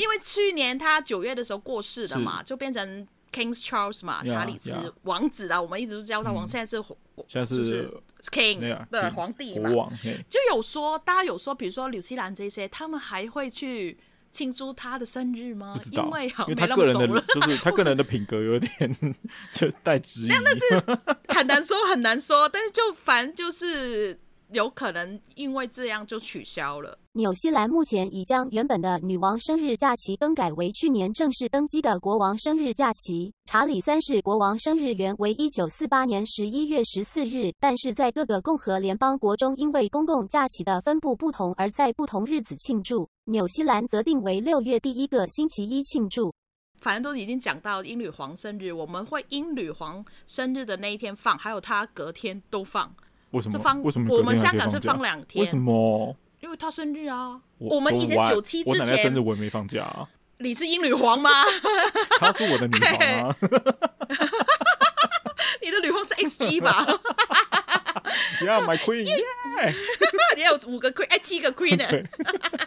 [SPEAKER 2] 因为去年他九月的时候过世了嘛，就变成 King s Charles 嘛，
[SPEAKER 1] 呀
[SPEAKER 2] 查理斯
[SPEAKER 1] 呀
[SPEAKER 2] 王子啊啦，我们一直都叫他王，现在是皇
[SPEAKER 1] 嗯现在
[SPEAKER 2] 就是是 King
[SPEAKER 1] 那样
[SPEAKER 2] 的皇帝嘛
[SPEAKER 1] 国，王，嘿，
[SPEAKER 2] 就有说大家有说，比如说纽西兰这些，他们还会去庆祝他的生日吗
[SPEAKER 1] 不？知
[SPEAKER 2] 因
[SPEAKER 1] 道，
[SPEAKER 2] 为好
[SPEAKER 1] 因为
[SPEAKER 2] 像
[SPEAKER 1] 他个
[SPEAKER 2] 没那么
[SPEAKER 1] 人
[SPEAKER 2] 熟
[SPEAKER 1] 的
[SPEAKER 2] 了，
[SPEAKER 1] 就是他个人的品格有点 就带质疑。
[SPEAKER 2] 很难说很难说，但是就反正就是有可能因为这样就取消了。
[SPEAKER 4] 纽西兰目前已将原本的女王生日假期更改为去年正式登基的国王生日假期。查理三世国王生日原为一九四八年十一月十四日，但是在各个共和联邦国中，因为公共假期的分布不同，而在不同日子庆祝。纽西兰则定为六月第一个星期一庆祝。
[SPEAKER 2] 反正都已经讲到英女皇生日，我们会英女皇生日的那一天放，还有她隔天都放。
[SPEAKER 1] 为什
[SPEAKER 2] 这
[SPEAKER 1] 么？
[SPEAKER 2] 放
[SPEAKER 1] 为什么？
[SPEAKER 2] 我们香港是放，两天，
[SPEAKER 1] 为什？么？
[SPEAKER 2] 因为她生日啊。
[SPEAKER 1] 我
[SPEAKER 2] 们
[SPEAKER 1] so
[SPEAKER 2] 以前
[SPEAKER 1] what？
[SPEAKER 2] 九七
[SPEAKER 1] 我
[SPEAKER 2] 之
[SPEAKER 1] 奶奶生日
[SPEAKER 2] 前，
[SPEAKER 1] 我也没放假啊，
[SPEAKER 2] 你是英女皇吗？
[SPEAKER 1] 她是我的女皇 啊
[SPEAKER 2] 你的女皇是 XG 吧？
[SPEAKER 1] ，Yeah my queen，
[SPEAKER 2] 也有五个 Queen，哎，七个 Queen 呢、
[SPEAKER 1] 对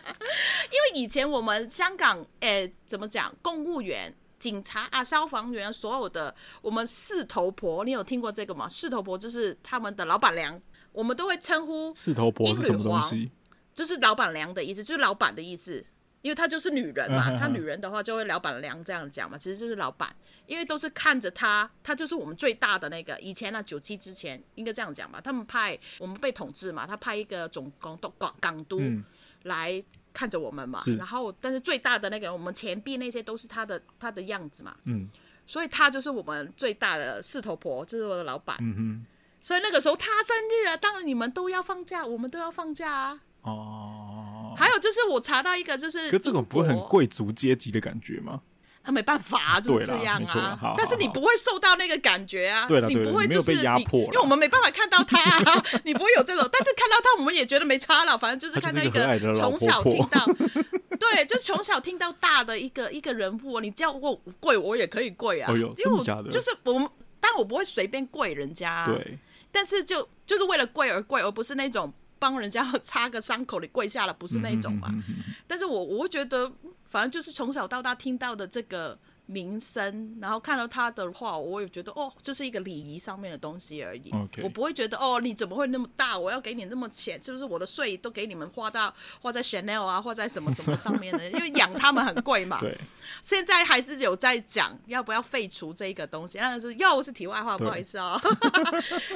[SPEAKER 2] 因为以前我们香港，哎，怎么讲？公务员、警察啊、消防员，所有的我们四头婆，你有听过这个吗？四头婆就是他们的老板娘，我们都会称呼
[SPEAKER 1] 四头婆是什么东西？
[SPEAKER 2] 就是老板娘的意思，就是老板的意思，因为她就是女人嘛，
[SPEAKER 1] 嗯哼
[SPEAKER 2] 她女人的话就会老板娘这样讲嘛，其实就是老板，因为都是看着她，她就是我们最大的那个。以前呢、啊，九七之前应该这样讲吧，他们派我们被统治嘛，他派一个总港督港港督
[SPEAKER 1] 嗯
[SPEAKER 2] 来看着我们嘛
[SPEAKER 1] 是，
[SPEAKER 2] 然后但是最大的那个我们钱币那些都是他的他的样子嘛，
[SPEAKER 1] 嗯
[SPEAKER 2] 所以他就是我们最大的势头婆，就是我的老板。
[SPEAKER 1] 嗯
[SPEAKER 2] 所以那个时候他生日啊，当然你们都要放假，我们都要放假啊。
[SPEAKER 1] 哼，哦，
[SPEAKER 2] 还有就是我查到一个，就是
[SPEAKER 1] 可这种不会很
[SPEAKER 2] 英国
[SPEAKER 1] 贵族阶级的感觉吗？
[SPEAKER 2] 啊，没办法、啊，就是这
[SPEAKER 1] 对啦
[SPEAKER 2] 样
[SPEAKER 1] 没错啦
[SPEAKER 2] 啊
[SPEAKER 1] 好。
[SPEAKER 2] 但是你
[SPEAKER 1] 好
[SPEAKER 2] 不会受到那个感觉啊，
[SPEAKER 1] 对啦
[SPEAKER 2] 你
[SPEAKER 1] 对啦
[SPEAKER 2] 不会
[SPEAKER 1] 你没有
[SPEAKER 2] 就是
[SPEAKER 1] 被压
[SPEAKER 2] 你
[SPEAKER 1] 迫啦
[SPEAKER 2] 因为我们没办法看到他啊， 你不会有这种。但是看到他，我们也觉得没差了，反正就是
[SPEAKER 1] 他
[SPEAKER 2] 看
[SPEAKER 1] 就
[SPEAKER 2] 到
[SPEAKER 1] 是一个
[SPEAKER 2] 个
[SPEAKER 1] 和蔼的老
[SPEAKER 2] 从小
[SPEAKER 1] 婆
[SPEAKER 2] 听
[SPEAKER 1] 婆
[SPEAKER 2] 到，对，就从小听到大的一个一个人物啊。你叫我跪，我也可以跪啊，
[SPEAKER 1] 哎呦
[SPEAKER 2] 因为
[SPEAKER 1] 真的
[SPEAKER 2] 我
[SPEAKER 1] 假的
[SPEAKER 2] 就是我们，但我不会随便跪人家、啊。。
[SPEAKER 1] 对，
[SPEAKER 2] 但是就就是为了跪而跪，而不是那种帮人家 擦个伤口你跪下了，不是那种啊嘛。
[SPEAKER 1] 嗯哼哼哼
[SPEAKER 2] 但是我我会觉得，反正就是从小到大听到的这个名声，然后看到他的话，我也觉得哦，就是一个礼仪上面的东西而已。
[SPEAKER 1] OK
[SPEAKER 2] 我不会觉得哦，你怎么会那么大？我要给你那么钱，是不是我的税都给你们花到花在 Chanel 啊，花在什么什么上面呢？因为养他们很 贵嘛。
[SPEAKER 1] 对，
[SPEAKER 2] 现在还是有在讲要不要废除这一个东西，那是又是题外话，
[SPEAKER 1] 对
[SPEAKER 2] 不好意思哦。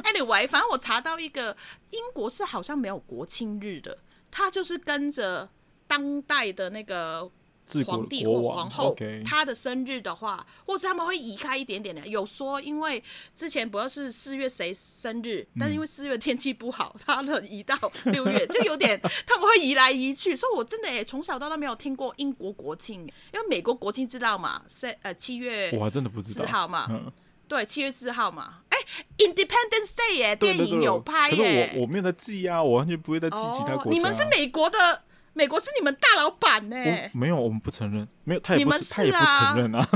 [SPEAKER 2] anyway，反正我查到一个英国是好像没有国庆日的，它就是跟着当代的那个。
[SPEAKER 1] 治国
[SPEAKER 2] 皇帝
[SPEAKER 1] 的
[SPEAKER 2] 或
[SPEAKER 1] 国王
[SPEAKER 2] 皇后
[SPEAKER 1] OK，
[SPEAKER 2] 他的生日的话，或是他们会移开一点点的。有说，因为之前不要是四月谁生日，
[SPEAKER 1] 嗯
[SPEAKER 2] 但是因为四月天气不好，他们移到六月，就 有点他们会移来移去。所以我真的耶，从小到大没有听过英国国庆，因为美国国庆知道嘛，三呃七月
[SPEAKER 1] 我还真的不知
[SPEAKER 2] 四
[SPEAKER 1] 道。
[SPEAKER 2] 号嘛，
[SPEAKER 1] 嗯，
[SPEAKER 2] 对，七月四号嘛。哎，Independence Day 耶，
[SPEAKER 1] 对
[SPEAKER 2] 电
[SPEAKER 1] 对
[SPEAKER 2] 影
[SPEAKER 1] 对，
[SPEAKER 2] 有拍
[SPEAKER 1] 可是我
[SPEAKER 2] 耶。哦
[SPEAKER 1] 我没有在记啊，我完全不会在记其他国家啊。
[SPEAKER 2] 你们是美国的，美国是你们大老板呢，
[SPEAKER 1] 我没有，我们不承认，没有，他也
[SPEAKER 2] 你
[SPEAKER 1] 不
[SPEAKER 2] 们
[SPEAKER 1] 承他也
[SPEAKER 2] 是
[SPEAKER 1] 不
[SPEAKER 2] 啊
[SPEAKER 1] 承认啊。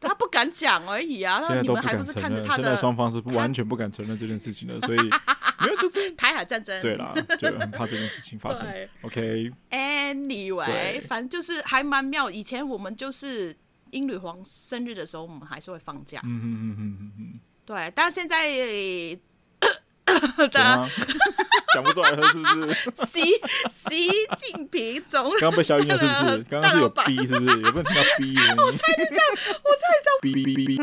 [SPEAKER 2] 他不敢讲而已啊。
[SPEAKER 1] 现在
[SPEAKER 2] 你
[SPEAKER 1] 都
[SPEAKER 2] 们
[SPEAKER 1] 不
[SPEAKER 2] 还
[SPEAKER 1] 敢
[SPEAKER 2] 不是
[SPEAKER 1] 承
[SPEAKER 2] 看着
[SPEAKER 1] 认，
[SPEAKER 2] 他
[SPEAKER 1] 现在
[SPEAKER 2] 的
[SPEAKER 1] 双方是不完全不敢承认这件事情的，所 以没有就是
[SPEAKER 2] 台海战争？
[SPEAKER 1] 对啦，就很怕这件事情发生
[SPEAKER 2] 对。
[SPEAKER 1] OK，对
[SPEAKER 2] Anyway，反正就是还蛮妙。以前我们就是英女皇生日的时候，我们还是会放假。
[SPEAKER 1] 嗯嗯嗯嗯嗯
[SPEAKER 2] 对，但现在
[SPEAKER 1] 嗯， 怎
[SPEAKER 2] 的
[SPEAKER 1] 么 讲不出来了是不 是？
[SPEAKER 2] 习习近平总，
[SPEAKER 1] 刚刚被消音了是不是？
[SPEAKER 2] 啊大
[SPEAKER 1] 刚
[SPEAKER 2] 老板
[SPEAKER 1] 刚是有逼是不是？有没有听到逼 的声音？我差点讲，我差点讲 逼逼逼逼！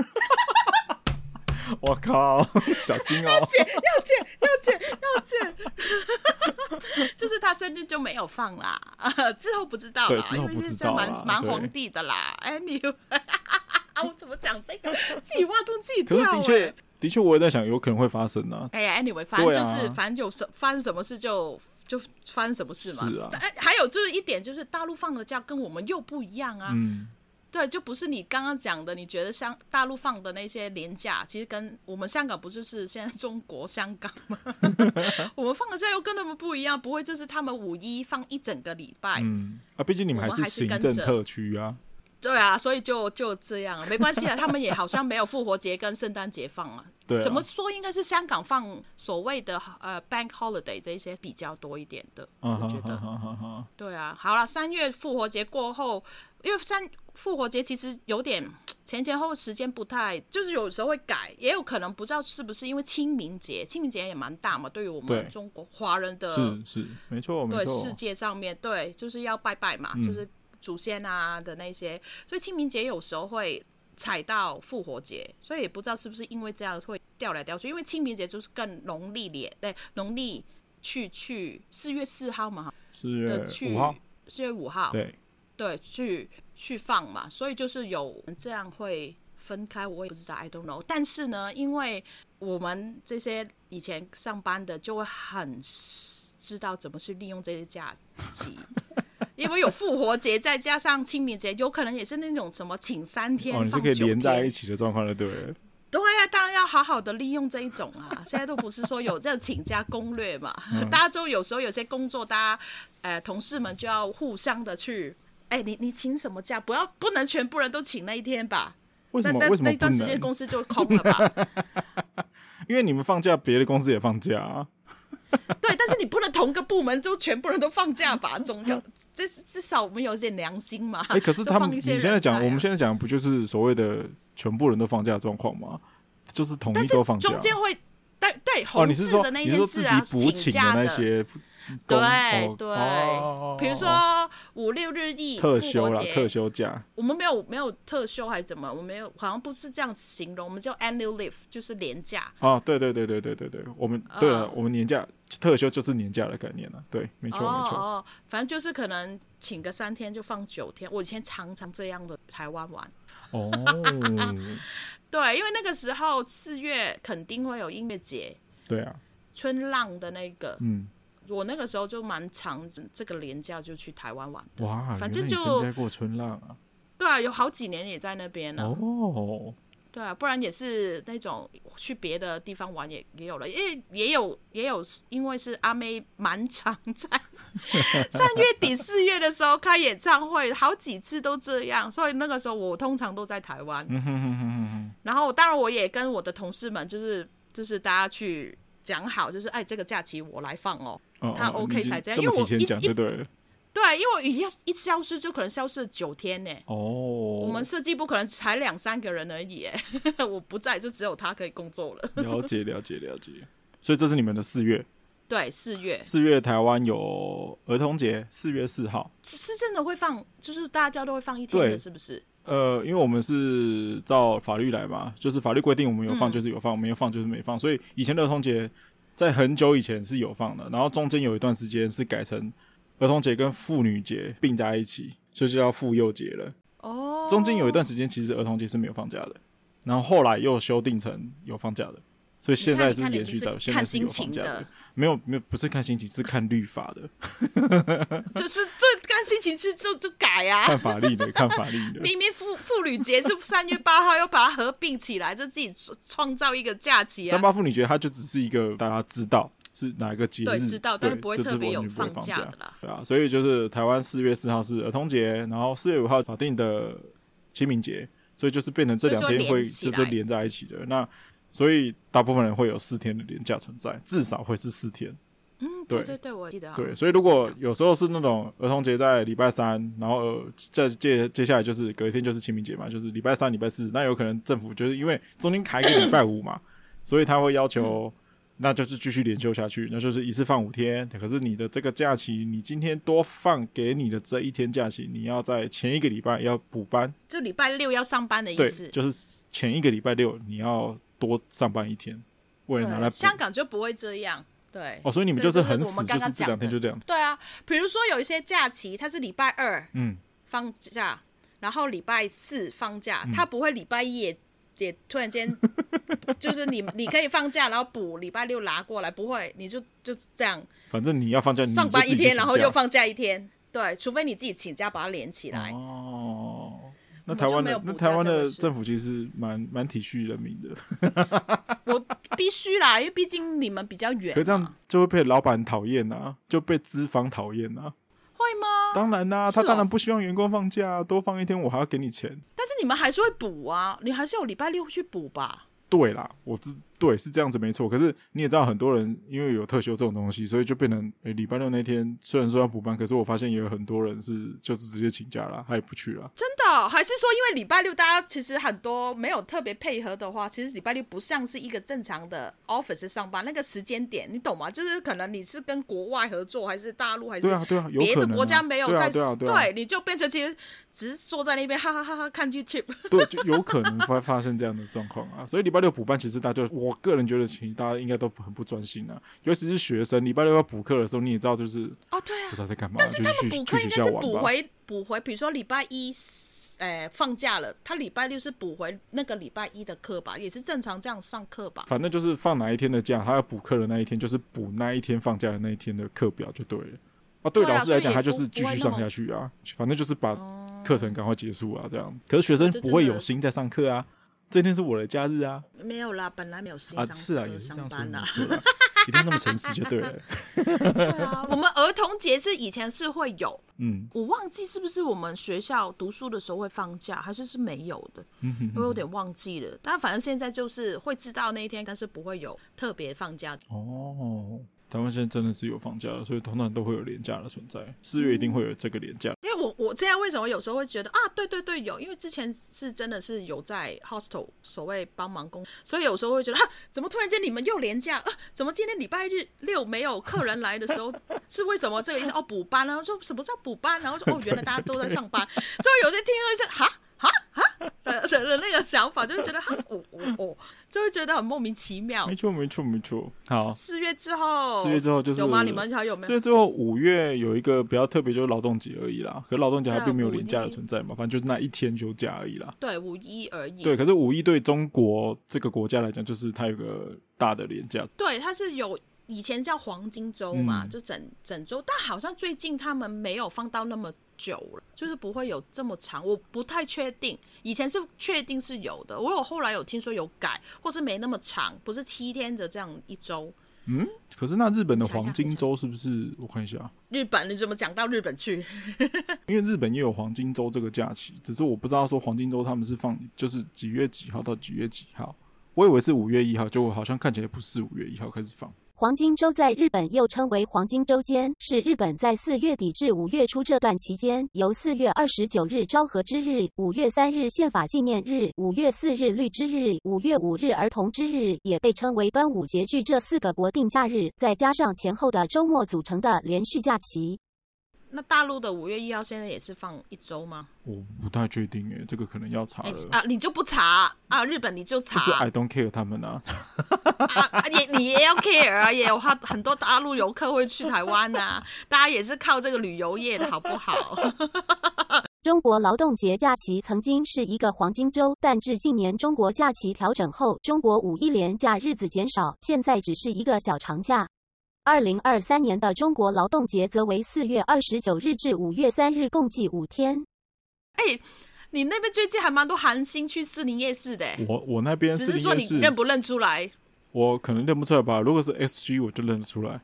[SPEAKER 1] 我靠，小心哦！
[SPEAKER 2] 剪要剪要剪要剪， 就是他生日就没有放啦， 之后不知道
[SPEAKER 1] 对
[SPEAKER 2] 啦，
[SPEAKER 1] 之
[SPEAKER 2] 因
[SPEAKER 1] 后
[SPEAKER 2] 为
[SPEAKER 1] 不
[SPEAKER 2] 现
[SPEAKER 1] 知
[SPEAKER 2] 在
[SPEAKER 1] 道啦
[SPEAKER 2] 蛮蛮
[SPEAKER 1] 对
[SPEAKER 2] 皇帝的啦。Anyway，啊，我怎么讲这个？自己挖洞自己
[SPEAKER 1] 可是
[SPEAKER 2] 跳、欸。
[SPEAKER 1] 的确，的确，我也在想，有可能会发生啊呢。
[SPEAKER 2] 哎呀，anyway，反正
[SPEAKER 1] 对
[SPEAKER 2] 就
[SPEAKER 1] 啊
[SPEAKER 2] 是，反正有什发生什么事就就发生什么事嘛。
[SPEAKER 1] 是啊
[SPEAKER 2] 但还有就是一点就是大陆放的假跟我们又不一样啊。
[SPEAKER 1] 嗯，
[SPEAKER 2] 对，就不是你刚刚讲的，你觉得香大陆放的那些廉价，其实跟我们香港不就是现在中国香港吗？ 我们放的假又跟他们不一样，不会就是他们五一放一整个礼拜。
[SPEAKER 1] 嗯啊，毕竟你们还
[SPEAKER 2] 我们还是
[SPEAKER 1] 行
[SPEAKER 2] 跟
[SPEAKER 1] 政
[SPEAKER 2] 着
[SPEAKER 1] 特区啊。
[SPEAKER 2] 对啊，所以就就这样，没关系啊。他们也好像没有复活节跟圣诞节放啊。
[SPEAKER 1] 对啊
[SPEAKER 2] 怎么说应该是香港放所谓的呃 bank holiday 这一些比较多一点的，
[SPEAKER 1] 嗯
[SPEAKER 2] 我
[SPEAKER 1] 哼
[SPEAKER 2] 觉
[SPEAKER 1] 哼
[SPEAKER 2] 得。
[SPEAKER 1] 哼哼哼，
[SPEAKER 2] 对啊，好了，三月复活节过后，因为三复活节其实有点前前后后时间不太，就是有时候会改，也有可能不知道是不是因为清明节，清明节也蛮大嘛，对于我
[SPEAKER 1] 对
[SPEAKER 2] 们中国华人的
[SPEAKER 1] 是是，没错没
[SPEAKER 2] 对
[SPEAKER 1] 错嗯
[SPEAKER 2] 世。界上面对就是要拜拜嘛，就是祖先啊的那些，所以清明节有时候会踩到复活节，所以也不知道是不是因为这样会调来调去，因为清明节就是更农历年，对农历去去四月四号嘛
[SPEAKER 1] 四
[SPEAKER 2] 的
[SPEAKER 1] 月
[SPEAKER 2] 去
[SPEAKER 1] 五号，
[SPEAKER 2] 四月五号
[SPEAKER 1] 对，
[SPEAKER 2] 对去去放嘛，所以就是有这样会分开，我也不知道，I don't know。但是呢，因为我们这些以前上班的就会很知道怎么去利用这些假 期。因为有复活节，再加上清明节，有可能也是那种什么请三天，
[SPEAKER 1] 哦，你是
[SPEAKER 2] 放
[SPEAKER 1] 可以
[SPEAKER 2] 九
[SPEAKER 1] 连在
[SPEAKER 2] 天
[SPEAKER 1] 一起的状况了，对不对？
[SPEAKER 2] 对啊，当然要好好的利用这一种啊。 现在都不是说有这请假攻略嘛，
[SPEAKER 1] 嗯
[SPEAKER 2] 大家就有时候有些工作，大家呃同事们就要互相的去，哎、你你请什么假？不要不能全部人都请那一天吧。
[SPEAKER 1] 为
[SPEAKER 2] 那
[SPEAKER 1] 什么
[SPEAKER 2] 那
[SPEAKER 1] 为什么
[SPEAKER 2] 那段
[SPEAKER 1] 不
[SPEAKER 2] 时间
[SPEAKER 1] 能？
[SPEAKER 2] 公司就空 了吧？
[SPEAKER 1] 因为你们放假，别的公司也放假啊。
[SPEAKER 2] 对，但是你不能同个部门就全部人都放假吧？总要至至少我们有点良心嘛。
[SPEAKER 1] 嗯哎，可是
[SPEAKER 2] 啊就
[SPEAKER 1] 他们，
[SPEAKER 2] 放一
[SPEAKER 1] 你
[SPEAKER 2] 些
[SPEAKER 1] 现
[SPEAKER 2] 人
[SPEAKER 1] 在讲，
[SPEAKER 2] 才
[SPEAKER 1] 我们
[SPEAKER 2] 啊
[SPEAKER 1] 现在讲，不就是所谓的全部人都放假的状况吗？就是统
[SPEAKER 2] 但
[SPEAKER 1] 一
[SPEAKER 2] 是
[SPEAKER 1] 都放假啊
[SPEAKER 2] 中。间会。但对
[SPEAKER 1] 哦，
[SPEAKER 2] 红
[SPEAKER 1] 你是
[SPEAKER 2] 字
[SPEAKER 1] 说
[SPEAKER 2] 的那
[SPEAKER 1] 你
[SPEAKER 2] 一
[SPEAKER 1] 是
[SPEAKER 2] 件
[SPEAKER 1] 说自
[SPEAKER 2] 事
[SPEAKER 1] 己补
[SPEAKER 2] 啊，请
[SPEAKER 1] 请的
[SPEAKER 2] 假
[SPEAKER 1] 那
[SPEAKER 2] 的
[SPEAKER 1] 些工？
[SPEAKER 2] 对
[SPEAKER 1] 哦
[SPEAKER 2] 对
[SPEAKER 1] 哦，
[SPEAKER 2] 比如
[SPEAKER 1] 哦
[SPEAKER 2] 说五六日一
[SPEAKER 1] 特休啦
[SPEAKER 2] 复活，节
[SPEAKER 1] 特休假，
[SPEAKER 2] 我们没有没有特休还是怎么，我们没有好像不是这样形容，我们叫 annual leave，就是年假。嗯
[SPEAKER 1] 哦，对对对对对对对，我们对了，我们年假特休就是年假的概念了、对，没错、
[SPEAKER 2] 哦
[SPEAKER 1] 没错。
[SPEAKER 2] 哦，反正就是可能请个三天就放九天。我以前常常这样的台湾玩，
[SPEAKER 1] 哦，
[SPEAKER 2] 对，因为那个时候四月肯定会有音乐节，
[SPEAKER 1] 对啊，
[SPEAKER 2] 春浪的那个，
[SPEAKER 1] 嗯，
[SPEAKER 2] 我那个时候就蛮长这个连假就去台湾玩。
[SPEAKER 1] 哇，
[SPEAKER 2] 反正
[SPEAKER 1] 原来你
[SPEAKER 2] 就
[SPEAKER 1] 参加过春浪啊，
[SPEAKER 2] 对啊，有好几年也在那边呢、
[SPEAKER 1] 哦，
[SPEAKER 2] 对啊，不然也是那种去别的地方玩也也有了，因为也有也有，因为是阿妹蛮常在三月底四月的时候开演唱会，好几次都这样，所以那个时候我通常都在台湾。
[SPEAKER 1] 嗯哼哼哼哼哼，
[SPEAKER 2] 然后当然我也跟我的同事们，就是就是大家去讲好，就是哎这个假期我来放哦。
[SPEAKER 1] 哦
[SPEAKER 2] 他
[SPEAKER 1] 哦
[SPEAKER 2] OK
[SPEAKER 1] 你已经
[SPEAKER 2] 才这样
[SPEAKER 1] 这
[SPEAKER 2] 因
[SPEAKER 1] 么
[SPEAKER 2] 为我
[SPEAKER 1] 提前
[SPEAKER 2] 一
[SPEAKER 1] 讲
[SPEAKER 2] 一
[SPEAKER 1] 就对了。
[SPEAKER 2] 对，啊因为我一要一消失就可能消失九天呢、
[SPEAKER 1] 哦，
[SPEAKER 2] 我
[SPEAKER 1] 我
[SPEAKER 2] 们设计部可能才两三个人而已、欸， 我不在就只有他可以工作了。
[SPEAKER 1] 了解了解了解。所以这是你们的四月，
[SPEAKER 2] 对，四月
[SPEAKER 1] 四月台湾有儿童节，四月四号。
[SPEAKER 2] 是是真的会放，就是大家都会放一天
[SPEAKER 1] 对
[SPEAKER 2] 的，是不是？
[SPEAKER 1] 呃，因为我们是照法律来嘛，就是法律规定我们有放
[SPEAKER 2] 嗯
[SPEAKER 1] 就是有放，我们没有放就是没放。所以以前的儿童节在很久以前是有放的，然后中间有一段时间是改成儿童节跟妇女节并在一起，所以就叫妇幼节了。
[SPEAKER 2] 哦，
[SPEAKER 1] 中间有一段时间其实儿童节是没有放假的，然后后来又修订成有放假的，所以现在
[SPEAKER 2] 你看你
[SPEAKER 1] 延
[SPEAKER 2] 看
[SPEAKER 1] 续
[SPEAKER 2] 你
[SPEAKER 1] 到
[SPEAKER 2] 不是
[SPEAKER 1] 现在
[SPEAKER 2] 看
[SPEAKER 1] 是有
[SPEAKER 2] 心
[SPEAKER 1] 放
[SPEAKER 2] 情
[SPEAKER 1] 假
[SPEAKER 2] 的，
[SPEAKER 1] 没有没有不是看心情，是看律法的，
[SPEAKER 2] 就是这干心情去就就改 啊。
[SPEAKER 1] 看法律的，看法律的。
[SPEAKER 2] 明明妇妇女节是三月八号，又把它合并起来，就自己创创造一个假期啊
[SPEAKER 1] 三。八妇女节它就只是一个大家知道是哪个节日，
[SPEAKER 2] 对知道但是不会
[SPEAKER 1] 就是
[SPEAKER 2] 特别有
[SPEAKER 1] 完全不会
[SPEAKER 2] 放
[SPEAKER 1] 放
[SPEAKER 2] 假的啦
[SPEAKER 1] 对啊，所以就是台湾四月四号是儿童节，然后四月五号法定的清明节，所以就是变成这两天
[SPEAKER 2] 所以就
[SPEAKER 1] 会
[SPEAKER 2] 连起
[SPEAKER 1] 就
[SPEAKER 2] 来
[SPEAKER 1] 就连在一起的。那所以大部分人会有四天的连假存在，至少会是四天。
[SPEAKER 2] 嗯，
[SPEAKER 1] 对
[SPEAKER 2] 对对对，我记得好像
[SPEAKER 1] 对，
[SPEAKER 2] 是
[SPEAKER 1] 所以如
[SPEAKER 2] 这
[SPEAKER 1] 果
[SPEAKER 2] 样
[SPEAKER 1] 有时候是那种儿童节在礼拜三，然后呃再接接下来就是隔一天就是清明节嘛，就是礼拜三、礼拜四，那有可能政府就是因为中间卡一个礼拜五嘛， 所以他会要求，
[SPEAKER 2] 嗯
[SPEAKER 1] 那就是继续连休下去，那就是一次放五天。可是你的这个假期，你今天多放给你的这一天假期，你要在前一个礼拜要补班，
[SPEAKER 2] 就礼拜六要上班的意
[SPEAKER 1] 对
[SPEAKER 2] 思，。
[SPEAKER 1] 就是前一个礼拜六你要多上班一天，为了拿来
[SPEAKER 2] 对，
[SPEAKER 1] 补。
[SPEAKER 2] 香港就不会这样。对，
[SPEAKER 1] 哦，所以你们
[SPEAKER 2] 这
[SPEAKER 1] 就是
[SPEAKER 2] 个我
[SPEAKER 1] 很
[SPEAKER 2] 们
[SPEAKER 1] 死，
[SPEAKER 2] 刚
[SPEAKER 1] 就是这
[SPEAKER 2] 刚讲
[SPEAKER 1] 两天
[SPEAKER 2] 的
[SPEAKER 1] 就这样。
[SPEAKER 2] 对啊，比如说有一些假期，它是礼拜二
[SPEAKER 1] 嗯，
[SPEAKER 2] 放假，然后礼拜四放假，
[SPEAKER 1] 嗯
[SPEAKER 2] 它不会礼拜一也也突 然间，就是你你可以放假，然后补礼拜六拿过来，不会，你就就这样
[SPEAKER 1] 反正你要放假，你
[SPEAKER 2] 上
[SPEAKER 1] 就
[SPEAKER 2] 班
[SPEAKER 1] 自
[SPEAKER 2] 一
[SPEAKER 1] 己去
[SPEAKER 2] 天，
[SPEAKER 1] 请
[SPEAKER 2] 然后又
[SPEAKER 1] 假
[SPEAKER 2] 放假一天，对，除非你自己请假把它连起来。
[SPEAKER 1] 哦，那
[SPEAKER 2] 我们
[SPEAKER 1] 台
[SPEAKER 2] 就
[SPEAKER 1] 湾
[SPEAKER 2] 没
[SPEAKER 1] 的
[SPEAKER 2] 有
[SPEAKER 1] 那
[SPEAKER 2] 补
[SPEAKER 1] 台
[SPEAKER 2] 教
[SPEAKER 1] 湾
[SPEAKER 2] 这个
[SPEAKER 1] 的
[SPEAKER 2] 事啊
[SPEAKER 1] 政府其实蛮蛮体恤人民的，
[SPEAKER 2] 我必须啦，因为毕竟你们比较远
[SPEAKER 1] 可是这
[SPEAKER 2] 嘛
[SPEAKER 1] 样就会被老板讨厌呐，就被资方讨厌呐。
[SPEAKER 2] 会吗？
[SPEAKER 1] 当然啦、
[SPEAKER 2] 是
[SPEAKER 1] 他当然
[SPEAKER 2] 哦
[SPEAKER 1] 不希望员工放假、多放一天我还要给你钱。
[SPEAKER 2] 但是你们还是会补啊，你还是有礼拜六去补吧。
[SPEAKER 1] 对啦，我知对是这样子没错。可是你也知道，很多人因为有特休这种东西，所以就变成诶礼、拜六那天虽然说要补班，可是我发现也有很多人是就是直接请假啦，他也不去啦。
[SPEAKER 2] 真的，哦还是说因为礼拜六大家其实很多没有特别配合的话，其实礼拜六不像是一个正常的 office 上班那个时间点，你懂吗？就是可能你是跟国外合作，还是大陆，还是
[SPEAKER 1] 对啊对啊有
[SPEAKER 2] 别
[SPEAKER 1] 可
[SPEAKER 2] 的
[SPEAKER 1] 能
[SPEAKER 2] 国
[SPEAKER 1] 啊
[SPEAKER 2] 家没有
[SPEAKER 1] 对啊
[SPEAKER 2] 在，
[SPEAKER 1] 对啊对啊
[SPEAKER 2] 你就变成其实只是坐在那边哈哈哈哈看 YouTube。
[SPEAKER 1] 对，就有可能会发生这样的状况啊。所以礼拜六补班，其实大家就，我个人觉得，其实大家应该都很不专心啊。尤其是学生，礼拜六要补课的时候，你也知道，就是
[SPEAKER 2] 哦，对
[SPEAKER 1] 不
[SPEAKER 2] 啊
[SPEAKER 1] 知，道在干嘛，
[SPEAKER 2] 但是他
[SPEAKER 1] 就
[SPEAKER 2] 们
[SPEAKER 1] 去
[SPEAKER 2] 补
[SPEAKER 1] 去
[SPEAKER 2] 课
[SPEAKER 1] 学
[SPEAKER 2] 应
[SPEAKER 1] 校
[SPEAKER 2] 该是
[SPEAKER 1] 玩
[SPEAKER 2] 补
[SPEAKER 1] 吧。
[SPEAKER 2] 回补回，比如说礼拜一。呃，放假了，他礼拜六是补回那个礼拜一的课吧，也是正常这样上课吧。
[SPEAKER 1] 反正就是放哪一天的假，他要补课的那一天，就是补那一天放假的那一天的课表就对了。啊，对
[SPEAKER 2] 对啊
[SPEAKER 1] 老师来
[SPEAKER 2] 所
[SPEAKER 1] 讲，
[SPEAKER 2] 以
[SPEAKER 1] 他
[SPEAKER 2] 也
[SPEAKER 1] 就是
[SPEAKER 2] 不
[SPEAKER 1] 继
[SPEAKER 2] 不会
[SPEAKER 1] 续
[SPEAKER 2] 那
[SPEAKER 1] 上
[SPEAKER 2] 么
[SPEAKER 1] 下去啊，反正就是把课程赶快结束啊，这样。可是学生
[SPEAKER 2] 这
[SPEAKER 1] 不
[SPEAKER 2] 真
[SPEAKER 1] 会
[SPEAKER 2] 的
[SPEAKER 1] 有心在上课啊，这天是我的假日啊，
[SPEAKER 2] 没有啦，本来没有新
[SPEAKER 1] 啊
[SPEAKER 2] 上
[SPEAKER 1] 是啊，
[SPEAKER 2] 课
[SPEAKER 1] 也是这样
[SPEAKER 2] 上
[SPEAKER 1] 说
[SPEAKER 2] 班
[SPEAKER 1] 没
[SPEAKER 2] 啦。
[SPEAKER 1] 错啦，啊一定要那么诚实就对 了。
[SPEAKER 2] 对啊， 我们儿童节是以前是会有，
[SPEAKER 1] 嗯，
[SPEAKER 2] 我忘记是不是我们学校读书的时候会放假，还是是没有的，我有点忘记了。但反正现在就是会知道那一天，但是不会有特别放假。
[SPEAKER 1] 哦，台湾现在真的是有放假了，所以通常都会有廉价的存在。四月一定会有这个廉价。
[SPEAKER 2] 因为我我现在为什么有时候会觉得啊，对对对，有，因为之前是真的是有在 hostel 所谓帮忙工，所以有时候会觉得啊，怎么突然间你们又连假？啊，怎么今天礼拜日六没有客人来的时候，是为什么这个意思？哦，补班啊，说什么叫补班？然后说哦，原来大家都在上班，就有些听到就哈哈哈，的的的那个想法，就会觉得哈，哦哦哦，就会觉得很莫名其妙
[SPEAKER 1] 没。错，没错，没错。好，
[SPEAKER 2] 四月之后，
[SPEAKER 1] 四月之后就是
[SPEAKER 2] 有吗？你们还有没
[SPEAKER 1] 四
[SPEAKER 2] 有？
[SPEAKER 1] 月之后五月有一个比较特别，就是劳动节而已啦。可是劳动节它
[SPEAKER 2] 对啊
[SPEAKER 1] 并没有
[SPEAKER 2] 五
[SPEAKER 1] 连假的
[SPEAKER 2] 一
[SPEAKER 1] 存在嘛，反正就是那一天休假而已啦。
[SPEAKER 2] 对，五一而已。
[SPEAKER 1] 对，可是五一对中国这个国家来讲，就是它有个大的连假，
[SPEAKER 2] 对，它是有以前叫黄金周嘛，
[SPEAKER 1] 嗯
[SPEAKER 2] 就整整周，但好像最近他们没有放到那么久了，就是不会有这么长，我不太确定。以前是确定是有的，我有后来有听说有改，或是没那么长，不是七天的这样一周。
[SPEAKER 1] 嗯，可是那日本的
[SPEAKER 2] 想一下
[SPEAKER 1] 黄金周是不是？我看一下，啊
[SPEAKER 2] 日本，你怎么讲到日本去？
[SPEAKER 1] 因为日本也有黄金周这个假期，只是我不知道说黄金周他们是放就是几月几号到几月几号，我以为是五月一号，结果好像看起来不是五月一号开始放。
[SPEAKER 4] 黄金周在日本又称为黄金周间，是日本在四月底至五月初这段期间，由四月二十九日昭和之日、五月三日宪法纪念日、五月四日律之日、五月五日儿童之日，也被称为端午节，具这四个国定假日，再加上前后的周末组成的连续假期。
[SPEAKER 2] 那大陆的五月一号现在也是放一周吗？
[SPEAKER 1] 我不太确定诶、这个可能要查
[SPEAKER 2] 哎、
[SPEAKER 1] 了。
[SPEAKER 2] 啊，你就不查啊？日本你就
[SPEAKER 1] 就是
[SPEAKER 2] 查
[SPEAKER 1] I don't care 他们啊，
[SPEAKER 2] 啊啊，也你 也要 care 啊，也有很很多大陆游客会去台湾啊， 大家也是靠这个旅游业的好不好？
[SPEAKER 4] 中国劳动节假期曾经是一个黄金周，但至近年中国假期调整后，中国五一连假日子减少，现在只是一个小长假。二零二三年的中国劳动节则为四月二十九日至五月三日，共计五天。
[SPEAKER 2] 你那边最近还蛮多韩星去士林夜市的、欸
[SPEAKER 1] 我我那边
[SPEAKER 2] 只
[SPEAKER 1] 是
[SPEAKER 2] 是说你
[SPEAKER 1] 应该是
[SPEAKER 2] 认不认出来？
[SPEAKER 1] 我可能认不出来吧。如果是 SG，我就认得出来。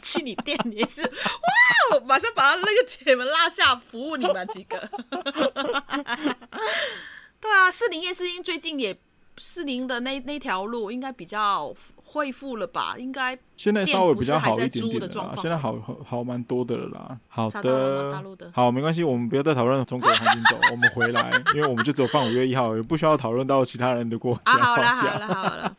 [SPEAKER 2] 去你店也是， 哇！马上把那个铁门拉下，服务你们几个。 对啊，士林夜市因为最近也士林的那那条路应该比较恢复了吧？应该
[SPEAKER 1] 现在稍微比较好一点
[SPEAKER 2] 店不是还在租
[SPEAKER 1] 点
[SPEAKER 2] 的
[SPEAKER 1] 的
[SPEAKER 2] 状
[SPEAKER 1] 啦，
[SPEAKER 2] 况
[SPEAKER 1] 现在好好好蛮多的了啦。好
[SPEAKER 2] 查到了吗
[SPEAKER 1] 的，
[SPEAKER 2] 大陆的
[SPEAKER 1] 好，没关系，我们不要再讨论中国黄金周，我们回 来，因为我们就只有放五月一号而已，也不需要讨论到其他人的国家
[SPEAKER 2] 啊，好
[SPEAKER 1] 放
[SPEAKER 2] 了好
[SPEAKER 1] 假。
[SPEAKER 2] 了好了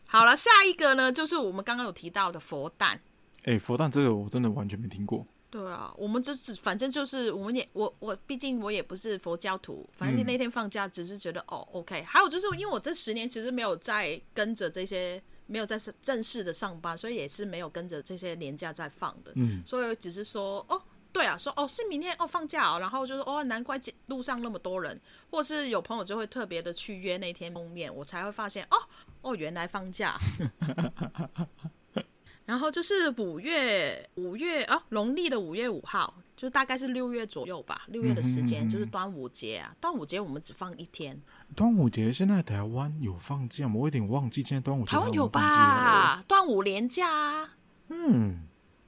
[SPEAKER 2] 好了，下一个呢就是我们刚刚有提到的佛诞。
[SPEAKER 1] 哎、佛诞这个我真的完全没听过。
[SPEAKER 2] 对啊，我们就只反正就是我们也我我毕竟我也不是佛教徒，反
[SPEAKER 1] 嗯
[SPEAKER 2] 正那天放假只是觉得、哦 OK。还有就是因为我这十年其实没有在跟着这些没有在正式的上班，所以也是没有跟着这些年假在放的，
[SPEAKER 1] 嗯，
[SPEAKER 2] 所以只是说哦。对啊，说哦是明天哦放假哦，然后就是哦难怪街路上那么多人，或是有朋友就会特别的去约那天碰面，我才会发现哦哦原来 放假，然后就是五月五月啊，农历的五月五号，就大概是六月左右吧，六月的时
[SPEAKER 1] 嗯
[SPEAKER 2] 间、
[SPEAKER 1] 哼嗯哼
[SPEAKER 2] 就是端午节啊。端午节我们只放一天，
[SPEAKER 1] 端午节现在台湾有放假吗？我有点忘记现在端午节
[SPEAKER 2] 台湾
[SPEAKER 1] 还
[SPEAKER 2] 有
[SPEAKER 1] 没放假了？
[SPEAKER 2] 吧？端午连假啊，
[SPEAKER 1] 嗯，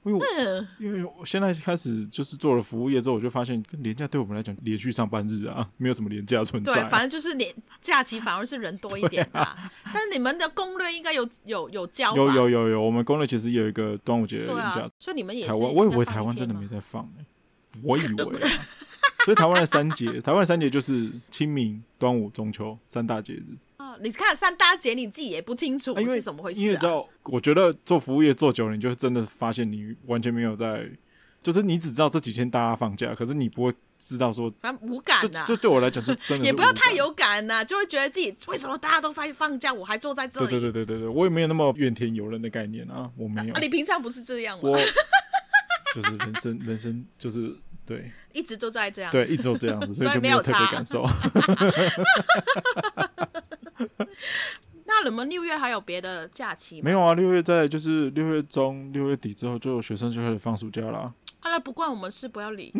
[SPEAKER 1] 因为我
[SPEAKER 2] 嗯，
[SPEAKER 1] 因为我现在开始就是做了服务业之后，我就发现廉价对我们来讲连续上班日啊，没有什么廉价存在。
[SPEAKER 2] 对，反正就是连假期反而是人多一点的啊、但是你们的攻略应该有有有教吧？
[SPEAKER 1] 有有有有，我们公内其实也有一个端午节的
[SPEAKER 2] 对
[SPEAKER 1] 廉假，
[SPEAKER 2] 啊，所以你们也是
[SPEAKER 1] 台湾我以
[SPEAKER 2] 应该
[SPEAKER 1] 为
[SPEAKER 2] 放
[SPEAKER 1] 台
[SPEAKER 2] 一
[SPEAKER 1] 湾真
[SPEAKER 2] 天
[SPEAKER 1] 的
[SPEAKER 2] 吗
[SPEAKER 1] 没在放、欸，我以为、啊，所以台湾的三节，台湾的三节就是清明、端午、中秋三大节日。
[SPEAKER 2] 啊。你看三大节你自己也不清楚
[SPEAKER 1] 啊因为
[SPEAKER 2] 是怎么回
[SPEAKER 1] 因
[SPEAKER 2] 事
[SPEAKER 1] 为你知
[SPEAKER 2] 啊？
[SPEAKER 1] 道，我觉得做服务业做久了，你就真的发现你完全没有在，就是你只知道这几天大家放假，可是你不会知道说，
[SPEAKER 2] 反正无感
[SPEAKER 1] 这
[SPEAKER 2] 呐、
[SPEAKER 1] 这对我来讲就真的是
[SPEAKER 2] 啊也不要
[SPEAKER 1] 无
[SPEAKER 2] 太
[SPEAKER 1] 感
[SPEAKER 2] 有感呐、就会觉得自己为什么大家都放放假，我还坐在这
[SPEAKER 1] 对
[SPEAKER 2] 里？
[SPEAKER 1] 对对对对对，我也没有那么怨天尤人的概念啊，我没有
[SPEAKER 2] 啊，，你平常不是这样吗？
[SPEAKER 1] 我就是人生人生就是对
[SPEAKER 2] 一直都在这样。
[SPEAKER 1] 对，一直都这样子，
[SPEAKER 2] 所以
[SPEAKER 1] 就没
[SPEAKER 2] 没有
[SPEAKER 1] 特别
[SPEAKER 2] 差
[SPEAKER 1] 感受。
[SPEAKER 2] 那你们六月还有别的假期吗？
[SPEAKER 1] 没有啊，六月在就是六月中、六月底之后，就有学生就开始放暑假啦。
[SPEAKER 2] 啊，那不关我们事，不要理。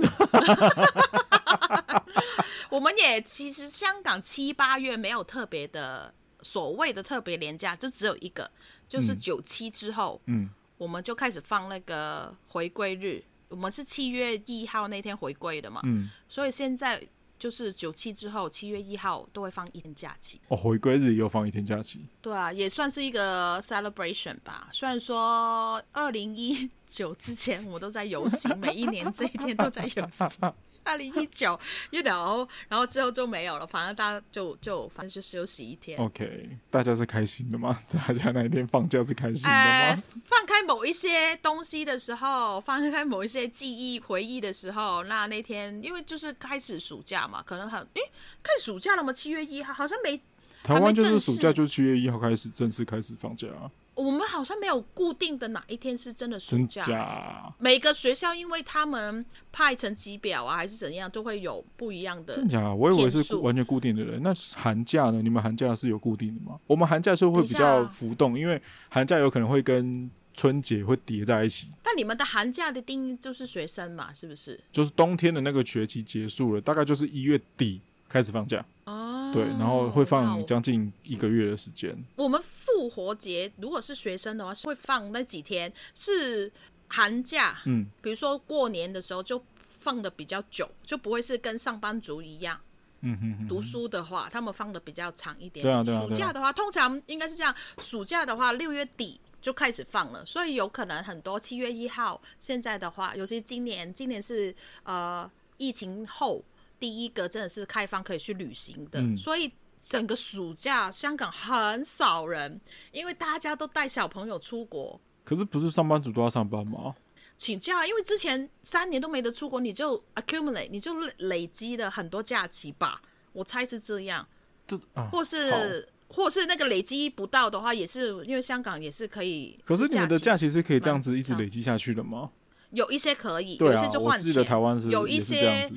[SPEAKER 2] 我们也其实香港七八月没有特别的所谓的特别连假，就只有一个，就是
[SPEAKER 1] 嗯
[SPEAKER 2] 九七之后，
[SPEAKER 1] 嗯，
[SPEAKER 2] 我们就开始放那个回归日。我们是七月一号那天回归的嘛，
[SPEAKER 1] 嗯，
[SPEAKER 2] 所以现在就是九七之后，七月一号都会放一天假期。
[SPEAKER 1] 哦，回归日也有放一天假期，
[SPEAKER 2] 对啊，也算是一个 celebration 吧。虽 然说二零一九之前我们都在游行，每一年这一天都在游行，二零一九，you know，然后之后就没有了，反正大家就就反正就休息一
[SPEAKER 1] 嗯哦
[SPEAKER 2] 天。
[SPEAKER 1] OK，大家是开心的吗？ 大家那一天放假是开心的
[SPEAKER 2] 呃
[SPEAKER 1] 吗？，
[SPEAKER 2] 放开某一些东西的时候，放开某一些记忆、回忆的时候，那那天因为就是开始暑假嘛，可能很诶，开始暑假了吗？七月一号好像没，
[SPEAKER 1] 台湾就是暑
[SPEAKER 2] 还
[SPEAKER 1] 假
[SPEAKER 2] 没正式
[SPEAKER 1] 就七月一号开始正式开始放假啊，
[SPEAKER 2] 我们好像没有固定的哪一天是真的暑
[SPEAKER 1] 真
[SPEAKER 2] 假。
[SPEAKER 1] 假？
[SPEAKER 2] 每个学校因为他们派成绩表啊，还是怎样，就会有不一样的
[SPEAKER 1] 真。假？我以为
[SPEAKER 2] 天
[SPEAKER 1] 是
[SPEAKER 2] 数
[SPEAKER 1] 固完全固定的人。那寒假呢？你们寒假是有固定的吗？我们寒假是会比较
[SPEAKER 2] 等一下
[SPEAKER 1] 浮动，因为寒假有可能会跟春节会叠在一起。
[SPEAKER 2] 但你们的寒假的定义就是学生嘛，是不是？
[SPEAKER 1] 就是冬天的那个学期结束了，大概就是一月底开始放假，
[SPEAKER 2] 哦，
[SPEAKER 1] 对，然后会
[SPEAKER 2] 哇
[SPEAKER 1] 放将近一个月的时间。
[SPEAKER 2] 我们复活节如果是学生的话，是会放那几天是寒假，
[SPEAKER 1] 嗯，
[SPEAKER 2] 比如说过年的时候就放的比较久，就不会是跟上班族一样。
[SPEAKER 1] 嗯哼哼，
[SPEAKER 2] 读书的话，他们放的比较长一点。
[SPEAKER 1] 对啊对啊
[SPEAKER 2] 暑
[SPEAKER 1] 对啊
[SPEAKER 2] 假的话，通常应该是这样，暑假的话六月底。就开始放了，所以有可能很多七月一号。现在的话，尤其今年，今年是呃疫情后第一个真的是开放可以去旅行的，
[SPEAKER 1] 嗯
[SPEAKER 2] 所以整个暑假香港很少人，因为大家都带小朋友出国
[SPEAKER 1] 可是不是上班族都要上班吗？
[SPEAKER 2] 请假，因为之前三年都没得出国，你就 accumulate，你就累积了很多假期吧，我猜是这样。
[SPEAKER 1] 这啊，
[SPEAKER 2] 或
[SPEAKER 1] 好
[SPEAKER 2] 是或是那个累积不到的话，也是因为香港也是可以。
[SPEAKER 1] 可是你们的假
[SPEAKER 2] 假期
[SPEAKER 1] 期是可以这样子
[SPEAKER 2] 蛮
[SPEAKER 1] 一直
[SPEAKER 2] 长
[SPEAKER 1] 累积下去的吗？
[SPEAKER 2] 有一些可以，
[SPEAKER 1] 对
[SPEAKER 2] 有一
[SPEAKER 1] 啊
[SPEAKER 2] 些，就
[SPEAKER 1] 我
[SPEAKER 2] 换
[SPEAKER 1] 记
[SPEAKER 2] 钱。
[SPEAKER 1] 得台湾是
[SPEAKER 2] 有一
[SPEAKER 1] 也是这样
[SPEAKER 2] 些
[SPEAKER 1] 子，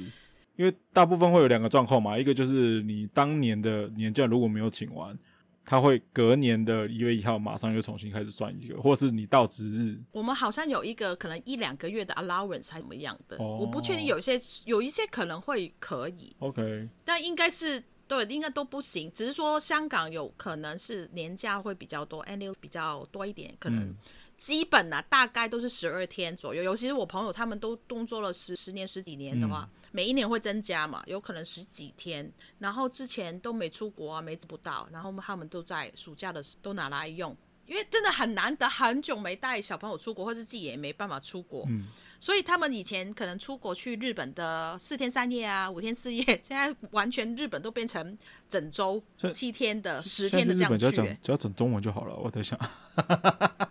[SPEAKER 1] 因为大部分会有两个状况嘛，一个就是你当年的年假如果没有请完，他会隔年的一月一号马上又重新开始算一个，或是你到值日，
[SPEAKER 2] 我们好像有一个可能一两个月的 allowance 还是怎么样的，
[SPEAKER 1] 哦
[SPEAKER 2] 我不确定。有一些有一些可能会可以，
[SPEAKER 1] OK，
[SPEAKER 2] 但应该是对，应该都不行。只是说香港有可能是年假会比较多，annual 比较多一点，可能
[SPEAKER 1] 嗯
[SPEAKER 2] 基本啊大概都是十二天左右。尤其是我朋友他们都工作了十十年十几年的话，每一年会增加嘛，有可能十几天。然后之前都没出国啊，没不到，然后他们都在暑假的时都拿来用。因为真的很难得，很久没带小朋友出国，或是自己也没办法出国，
[SPEAKER 1] 嗯，
[SPEAKER 2] 所以他们以前可能出国去日本的四天三夜啊，五天四夜， 现在完全日本都变成整周
[SPEAKER 1] 所以
[SPEAKER 2] 七天的、十
[SPEAKER 1] 现在
[SPEAKER 2] 天的
[SPEAKER 1] 去日
[SPEAKER 2] 这样
[SPEAKER 1] 本只要
[SPEAKER 2] 去、
[SPEAKER 1] 讲只要讲中文就好了，我在想，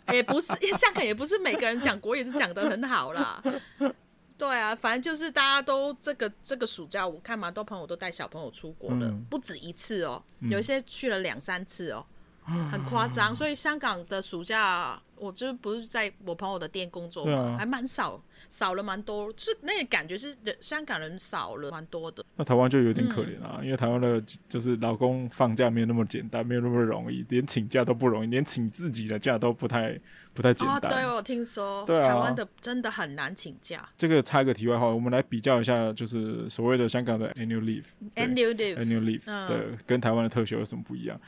[SPEAKER 2] 欸也不是香港也不是每个人讲国语都讲得很好啦。对啊，反正就是大家都这个这个暑假，我看蛮多朋友都带小朋友出国了，
[SPEAKER 1] 嗯
[SPEAKER 2] 不止一次哦，有一些去了两三次哦，
[SPEAKER 1] 啊
[SPEAKER 2] 很夸张。所以香港的暑假，我就不是在我朋友的店工作
[SPEAKER 1] 对
[SPEAKER 2] 嘛，
[SPEAKER 1] 啊
[SPEAKER 2] 还蛮少少了蛮多，就是那个感觉是人香港人少了蛮多的。
[SPEAKER 1] 那台湾就有点
[SPEAKER 2] 嗯
[SPEAKER 1] 可怜啊，因为台湾的就是老公放假没有那么简单，没有那么容易，连请假都不容易，连请自己的假都不太不太简
[SPEAKER 2] 哦，
[SPEAKER 1] 单。
[SPEAKER 2] 对，我听说、
[SPEAKER 1] 对啊
[SPEAKER 2] 台湾的真的很难请假
[SPEAKER 1] 这个插一个题外话，我们来比较一下，就是所谓的香港的 annual leave 对
[SPEAKER 2] ，annual leave，
[SPEAKER 1] annual leave，、
[SPEAKER 2] 嗯
[SPEAKER 1] 对，跟台湾的特休有什么不一样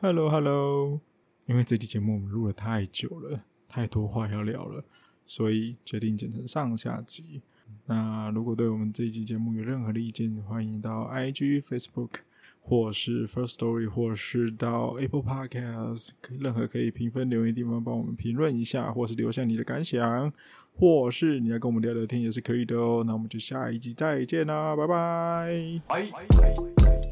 [SPEAKER 1] ？Hello Hello，因为这期节目我们录了太久了，太多话要聊了，所以决定剪成上下集。那如果对我们这一期节目有任何的意见，欢迎到 IG、Facebook 或是 First Story，或是到 Apple Podcast 可任何可以评分留言的地方帮我们评论一下，或是留下你的感想，或是你要跟我们聊聊天也是可以的哦。那我们就下一集再见啦，拜拜。
[SPEAKER 5] Bye.